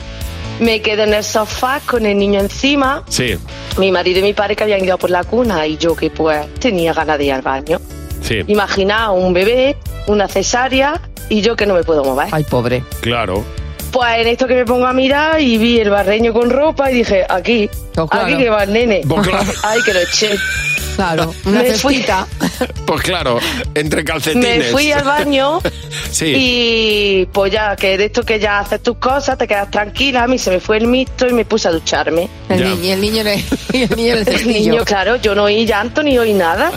Speaker 14: me quedo en el sofá con el niño encima.
Speaker 3: Sí,
Speaker 14: Mi marido y mi padre que habían ido por la cuna y yo que pues tenía ganas de ir al baño.
Speaker 3: sí.
Speaker 14: Imagina un bebé, una cesárea y yo que no me puedo mover.
Speaker 4: Ay, pobre.
Speaker 3: Claro.
Speaker 14: Pues en esto que me pongo a mirar y vi el barreño con ropa y dije, aquí,
Speaker 3: claro.
Speaker 14: aquí que va el nene.
Speaker 3: Pues claro.
Speaker 14: Ay, que lo eché.
Speaker 4: Claro,
Speaker 3: una
Speaker 14: me fui,
Speaker 3: Pues claro, entre calcetines.
Speaker 14: me fui al baño
Speaker 3: Sí.
Speaker 14: y pues ya, que de esto que ya haces tus cosas, te quedas tranquila, a mí se me fue el mito y me puse a ducharme.
Speaker 4: El Ya. ni- y el niño en el, niño
Speaker 14: el niño, claro, yo no oí llanto ni oí nada.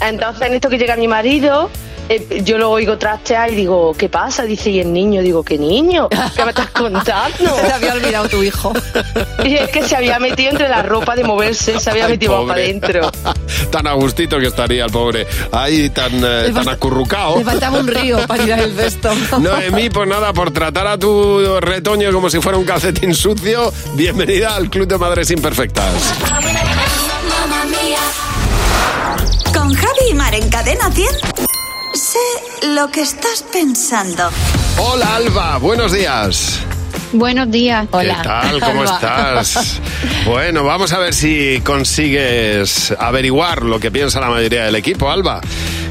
Speaker 14: Entonces en esto que llega mi marido, eh, yo lo oigo trastear y digo, ¿qué pasa? Dice, y el niño, digo, ¿qué niño? ¿Qué me estás contando?
Speaker 4: Se había olvidado tu hijo.
Speaker 14: Y es que se había metido entre la ropa de moverse, se había
Speaker 3: Ay,
Speaker 14: metido más para
Speaker 3: pobre.
Speaker 14: adentro.
Speaker 3: tan a gustito que estaría el pobre. Ahí tan, eh, tan acurrucado.
Speaker 4: Le faltaba un río para ir al vesto.
Speaker 3: Noemí, pues nada, por tratar a tu retoño como si fuera un calcetín sucio, bienvenida al Club de Madres Imperfectas.
Speaker 16: Con Javi y Mar en Cadena 100. Sé lo que estás pensando.
Speaker 3: Hola Alba, buenos días.
Speaker 15: Buenos días.
Speaker 3: ¿Qué tal? ¿Cómo
Speaker 15: Alba.
Speaker 3: estás? Bueno, vamos a ver si consigues averiguar lo que piensa la mayoría del equipo, Alba.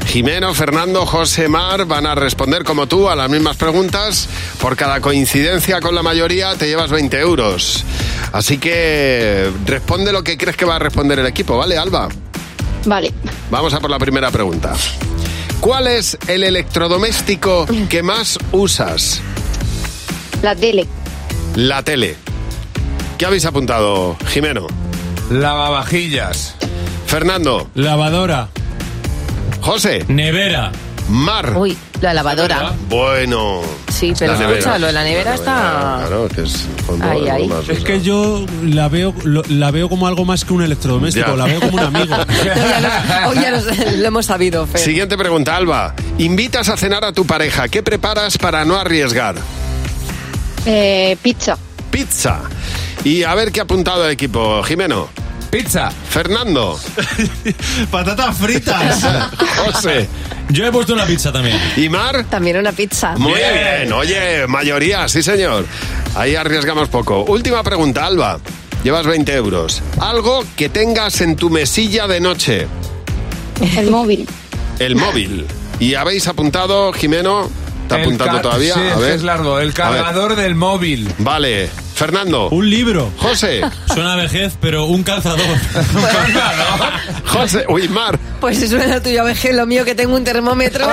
Speaker 3: Jimeno, Fernando, José Mar van a responder como tú a las mismas preguntas. Por cada coincidencia con la mayoría te llevas 20 euros. Así que responde lo que crees que va a responder el equipo, ¿vale, Alba?
Speaker 15: Vale.
Speaker 3: Vamos a por la primera pregunta. ¿Cuál es el electrodoméstico que más usas?
Speaker 15: La tele.
Speaker 3: La tele. ¿Qué habéis apuntado, Jimeno?
Speaker 6: Lavavajillas.
Speaker 3: Fernando.
Speaker 5: Lavadora.
Speaker 3: José.
Speaker 5: Nevera.
Speaker 3: Mar.
Speaker 4: Uy, la lavadora.
Speaker 3: Bueno.
Speaker 4: Sí, pero
Speaker 3: La nevera.
Speaker 4: escucha, lo de la nevera está...
Speaker 3: Claro, que es fondo
Speaker 4: Ahí, ahí.
Speaker 5: Es que yo la veo, lo- la veo como algo más que un electrodoméstico,
Speaker 3: Ya.
Speaker 5: la veo como un amigo.
Speaker 4: Hoy ya lo, lo hemos sabido, Fer.
Speaker 3: Siguiente pregunta, Alba. Invitas a cenar a tu pareja. ¿Qué preparas para no arriesgar?
Speaker 15: Eh, pizza.
Speaker 3: Pizza. Y a ver qué ha apuntado el equipo. Jimeno.
Speaker 6: Pizza.
Speaker 3: Fernando.
Speaker 5: Patatas fritas.
Speaker 3: José.
Speaker 5: Yo he puesto una pizza también.
Speaker 3: ¿Y Mar?
Speaker 4: También una pizza.
Speaker 3: Muy bien. Oye, mayoría, sí señor. Ahí arriesgamos poco. Última pregunta, Alba. Llevas 20 euros. Algo que tengas en tu mesilla de noche.
Speaker 15: El móvil.
Speaker 3: El móvil. Y habéis apuntado, Jimeno. ¿Está
Speaker 6: El
Speaker 3: apuntando
Speaker 6: car-
Speaker 3: todavía?
Speaker 6: Sí,
Speaker 3: A
Speaker 6: es que
Speaker 3: ver.
Speaker 6: es largo. El
Speaker 3: A ver.
Speaker 6: cargador del móvil.
Speaker 3: Vale. Fernando.
Speaker 5: Un libro.
Speaker 3: José.
Speaker 5: Suena a vejez, pero un calzador.
Speaker 3: José. Uy, Mar.
Speaker 4: Pues si suena la tuya, vejez, lo mío que tengo un termómetro.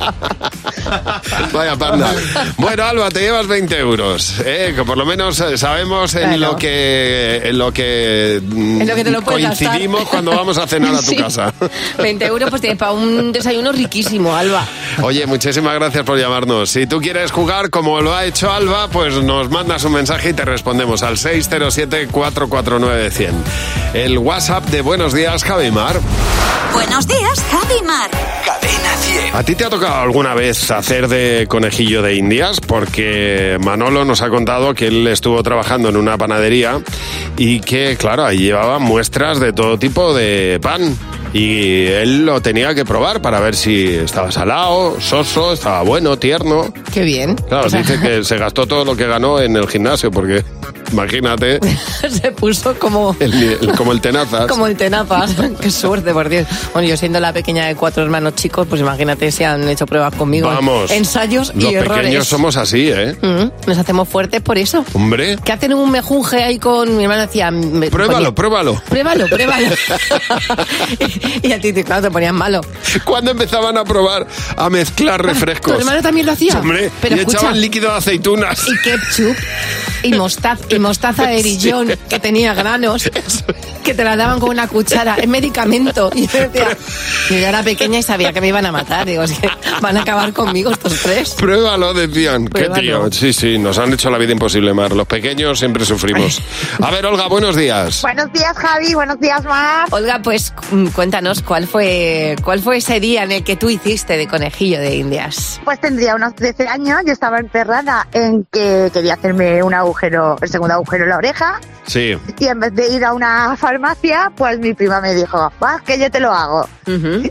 Speaker 3: Vaya panda. Bueno, Alba, te llevas 20 euros. ¿eh? Que por lo menos eh, sabemos en
Speaker 4: Claro.
Speaker 3: lo que, en lo que, mm,
Speaker 4: En lo que te lo puedes gastar.
Speaker 3: coincidimos cuando vamos a cenar a tu
Speaker 4: Sí.
Speaker 3: casa.
Speaker 4: 20 euros, pues tienes para un desayuno riquísimo, Alba.
Speaker 3: Oye, muchísimas gracias por llamarnos. Si tú quieres jugar como lo ha hecho Alba, pues nos mandas un mensaje y te respondemos al 607-449-100. El WhatsApp de Buenos Días, Javimar.
Speaker 16: Buenos días, Javi y Mar. Cadena 100.
Speaker 3: ¿A ti te ha tocado alguna vez hacer de conejillo de indias? Porque Manolo nos ha contado que él estuvo trabajando en una panadería y que, claro, ahí llevaba muestras de todo tipo de pan. Y él lo tenía que probar para ver si estaba salado, soso, estaba bueno, tierno.
Speaker 4: Qué bien.
Speaker 3: Claro, dice que se gastó todo lo que ganó en el gimnasio porque Imagínate.
Speaker 4: Se puso como...
Speaker 3: El, el- como el tenazas.
Speaker 4: Como el tenazas. Qué suerte, por Dios. Bueno, yo siendo la pequeña de cuatro hermanos chicos, pues imagínate si han hecho pruebas conmigo.
Speaker 3: Vamos.
Speaker 4: Ensayos y
Speaker 3: Los
Speaker 4: errores.
Speaker 3: pequeños somos así, ¿eh?
Speaker 4: Mm, nos hacemos fuertes por eso.
Speaker 3: Hombre,
Speaker 4: Que hacen un mejunje ahí con mi hermana decía... me
Speaker 3: pruébalo, pruébalo.
Speaker 4: Pruébalo, pruébalo. y a ti, te- claro, te ponían malo.
Speaker 3: Cuando empezaban a probar a mezclar refrescos.
Speaker 4: Ah, ¿Tu hermano también lo hacía?
Speaker 3: Hombre,
Speaker 4: Pero
Speaker 3: y
Speaker 4: escucha.
Speaker 3: echaban líquido de aceitunas.
Speaker 4: Y ketchup. Y mostaza, y mostaza de erillón,
Speaker 3: Sí.
Speaker 4: que tenía granos, que te la daban con una cuchara, es medicamento. Y yo decía, yo ya era pequeña y sabía que me iban a matar. Digo, es que van a acabar conmigo estos tres.
Speaker 3: Pruébalo, decían. ¿Qué
Speaker 4: Pruébalo.
Speaker 3: tío? Sí, sí, nos han hecho la vida imposible, Mar. Los pequeños siempre sufrimos. A ver, Olga, buenos días.
Speaker 4: Buenos días, Javi. Buenos días, Mar. Olga, pues mm, cuéntanos cuál fue cuál fue ese día en el que tú hiciste de conejillo de indias.
Speaker 1: Pues tendría unos 13 años, yo estaba emperrada en que quería hacerme un agujero, el segundo agujero en la oreja,
Speaker 3: Sí.
Speaker 1: y en vez de ir a una farmacia, pues mi prima me dijo, vas que yo te lo hago.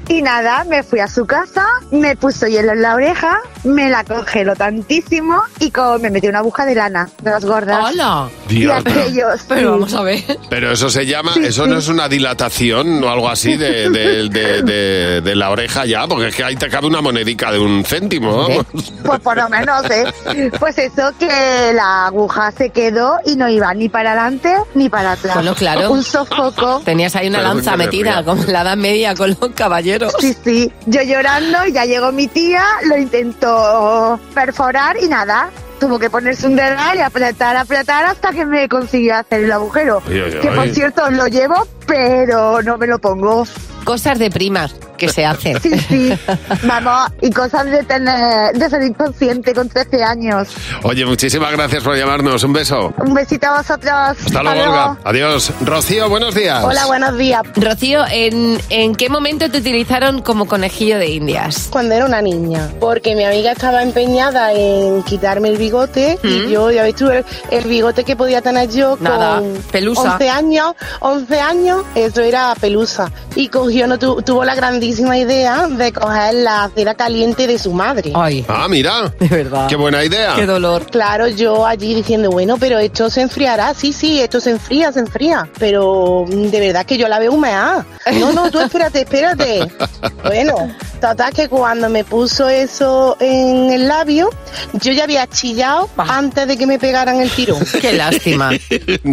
Speaker 1: Y nada, me fui a su casa, me puso hielo en la oreja, me la congeló tantísimo y co- me metió una aguja de lana, de las gordas.
Speaker 4: ¡Hala!
Speaker 1: Y
Speaker 3: Dios, pero-
Speaker 1: aquellos.
Speaker 4: Pero vamos a ver.
Speaker 3: Pero eso se llama, eso no es una dilatación o algo así de, de- de- de- de la oreja ya, porque es que ahí te cabe una monedica de un céntimo. vamos.
Speaker 1: Pues por lo menos, ¿eh? Pues eso, que la aguja se quedó y no iba ni para adelante ni para atrás.
Speaker 4: Bueno, claro.
Speaker 1: Un sofoco.
Speaker 4: Tenías ahí una
Speaker 1: Pero
Speaker 4: lanza
Speaker 1: qué
Speaker 4: metida,
Speaker 1: nervio.
Speaker 4: como en la edad media con los caballeros.
Speaker 1: Sí, sí. Yo llorando, y ya llegó mi tía, lo intentó perforar y nada. Tuvo que ponerse un dedal y apretar, apretar hasta que me consiguió hacer el agujero.
Speaker 4: Oye, oye,
Speaker 1: que por
Speaker 4: oye.
Speaker 1: cierto lo llevo, pero no me lo pongo.
Speaker 4: Cosas de primas que se hacen.
Speaker 1: Sí, sí. Vamos, y cosas de, tener, de ser inconsciente con 13 años.
Speaker 3: Oye, muchísimas gracias por llamarnos. Un beso.
Speaker 1: Un besito a vosotros.
Speaker 3: Hasta luego, Olga. Adiós. Rocío, buenos días.
Speaker 4: buenos días. Rocío, ¿en, en qué momento te utilizaron como conejillo de indias?
Speaker 23: Cuando era una niña, porque mi amiga estaba empeñada en quitarme el bigote y yo, ya ves tú, el, el bigote que podía tener yo
Speaker 4: Mm. Nada,
Speaker 23: con
Speaker 4: pelusa.
Speaker 23: 11 años, 11 años, eso era pelusa. Y cogió, no tu- tuvo la grandísima idea de coger la cera caliente de su madre.
Speaker 3: Ah, mira.
Speaker 4: De verdad. Qué
Speaker 3: buena idea.
Speaker 4: dolor.
Speaker 23: Claro, yo allí diciendo, bueno, pero esto se enfriará, sí, sí, esto se enfría, se enfría, pero mm, de verdad que yo la veo humeada. No, no, tú espérate, espérate. Bueno, total que cuando me puso eso en el labio, yo ya había chillado antes de que me pegaran el tirón.
Speaker 4: Ah. Qué lástima.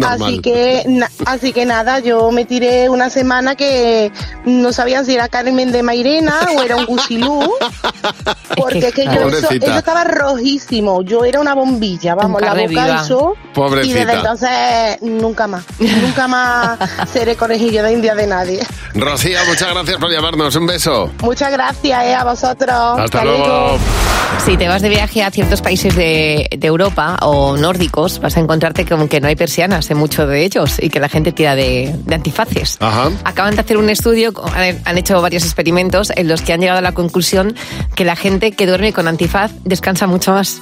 Speaker 23: Así que, na- así que nada, yo me tiré una semana que no sabían si era Carmen de Mairena o era un gusilú, porque es que yo eso,
Speaker 3: Pobrecita.
Speaker 23: eso estaba rojísimo, yo era una bombilla, vamos, la boca
Speaker 3: carne viva.
Speaker 23: eso, y
Speaker 3: Pobrecita.
Speaker 23: desde entonces nunca más, nunca más seré conejillo de India de nadie.
Speaker 3: Rocío, muchas gracias por llamarnos. Un beso.
Speaker 23: Muchas gracias eh, a vosotros.
Speaker 3: Hasta luego.
Speaker 4: Si te vas de viaje a ciertos países de, de Europa o nórdicos, vas a encontrarte con que no hay persianas en muchos de ellos y que la gente tira de, de antifaces. Acaban de hacer un estudio, han, han hecho varios experimentos en los que han llegado a la conclusión que la gente que duerme con antifaz descansa mucho más.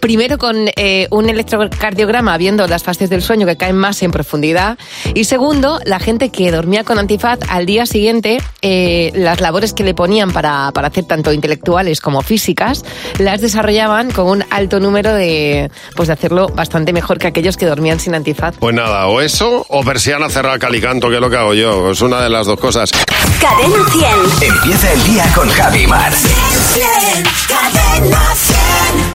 Speaker 4: Primero con eh, un electrocardiograma viendo las fases del sueño que caen más en profundidad y segundo, la gente que dormía con antifaz al día siguiente eh, las labores que le ponían para, para hacer tanto intelectuales como físicas las desarrollaban con un alto número de pues de hacerlo bastante mejor que aquellos que dormían sin antifaz.
Speaker 3: Pues nada, o eso o persiana cerrada calicanto, que es lo que hago yo. Es una de las dos cosas.
Speaker 5: Cadena 100.
Speaker 13: Empieza el día con Javi Mar.
Speaker 5: Cadena 100.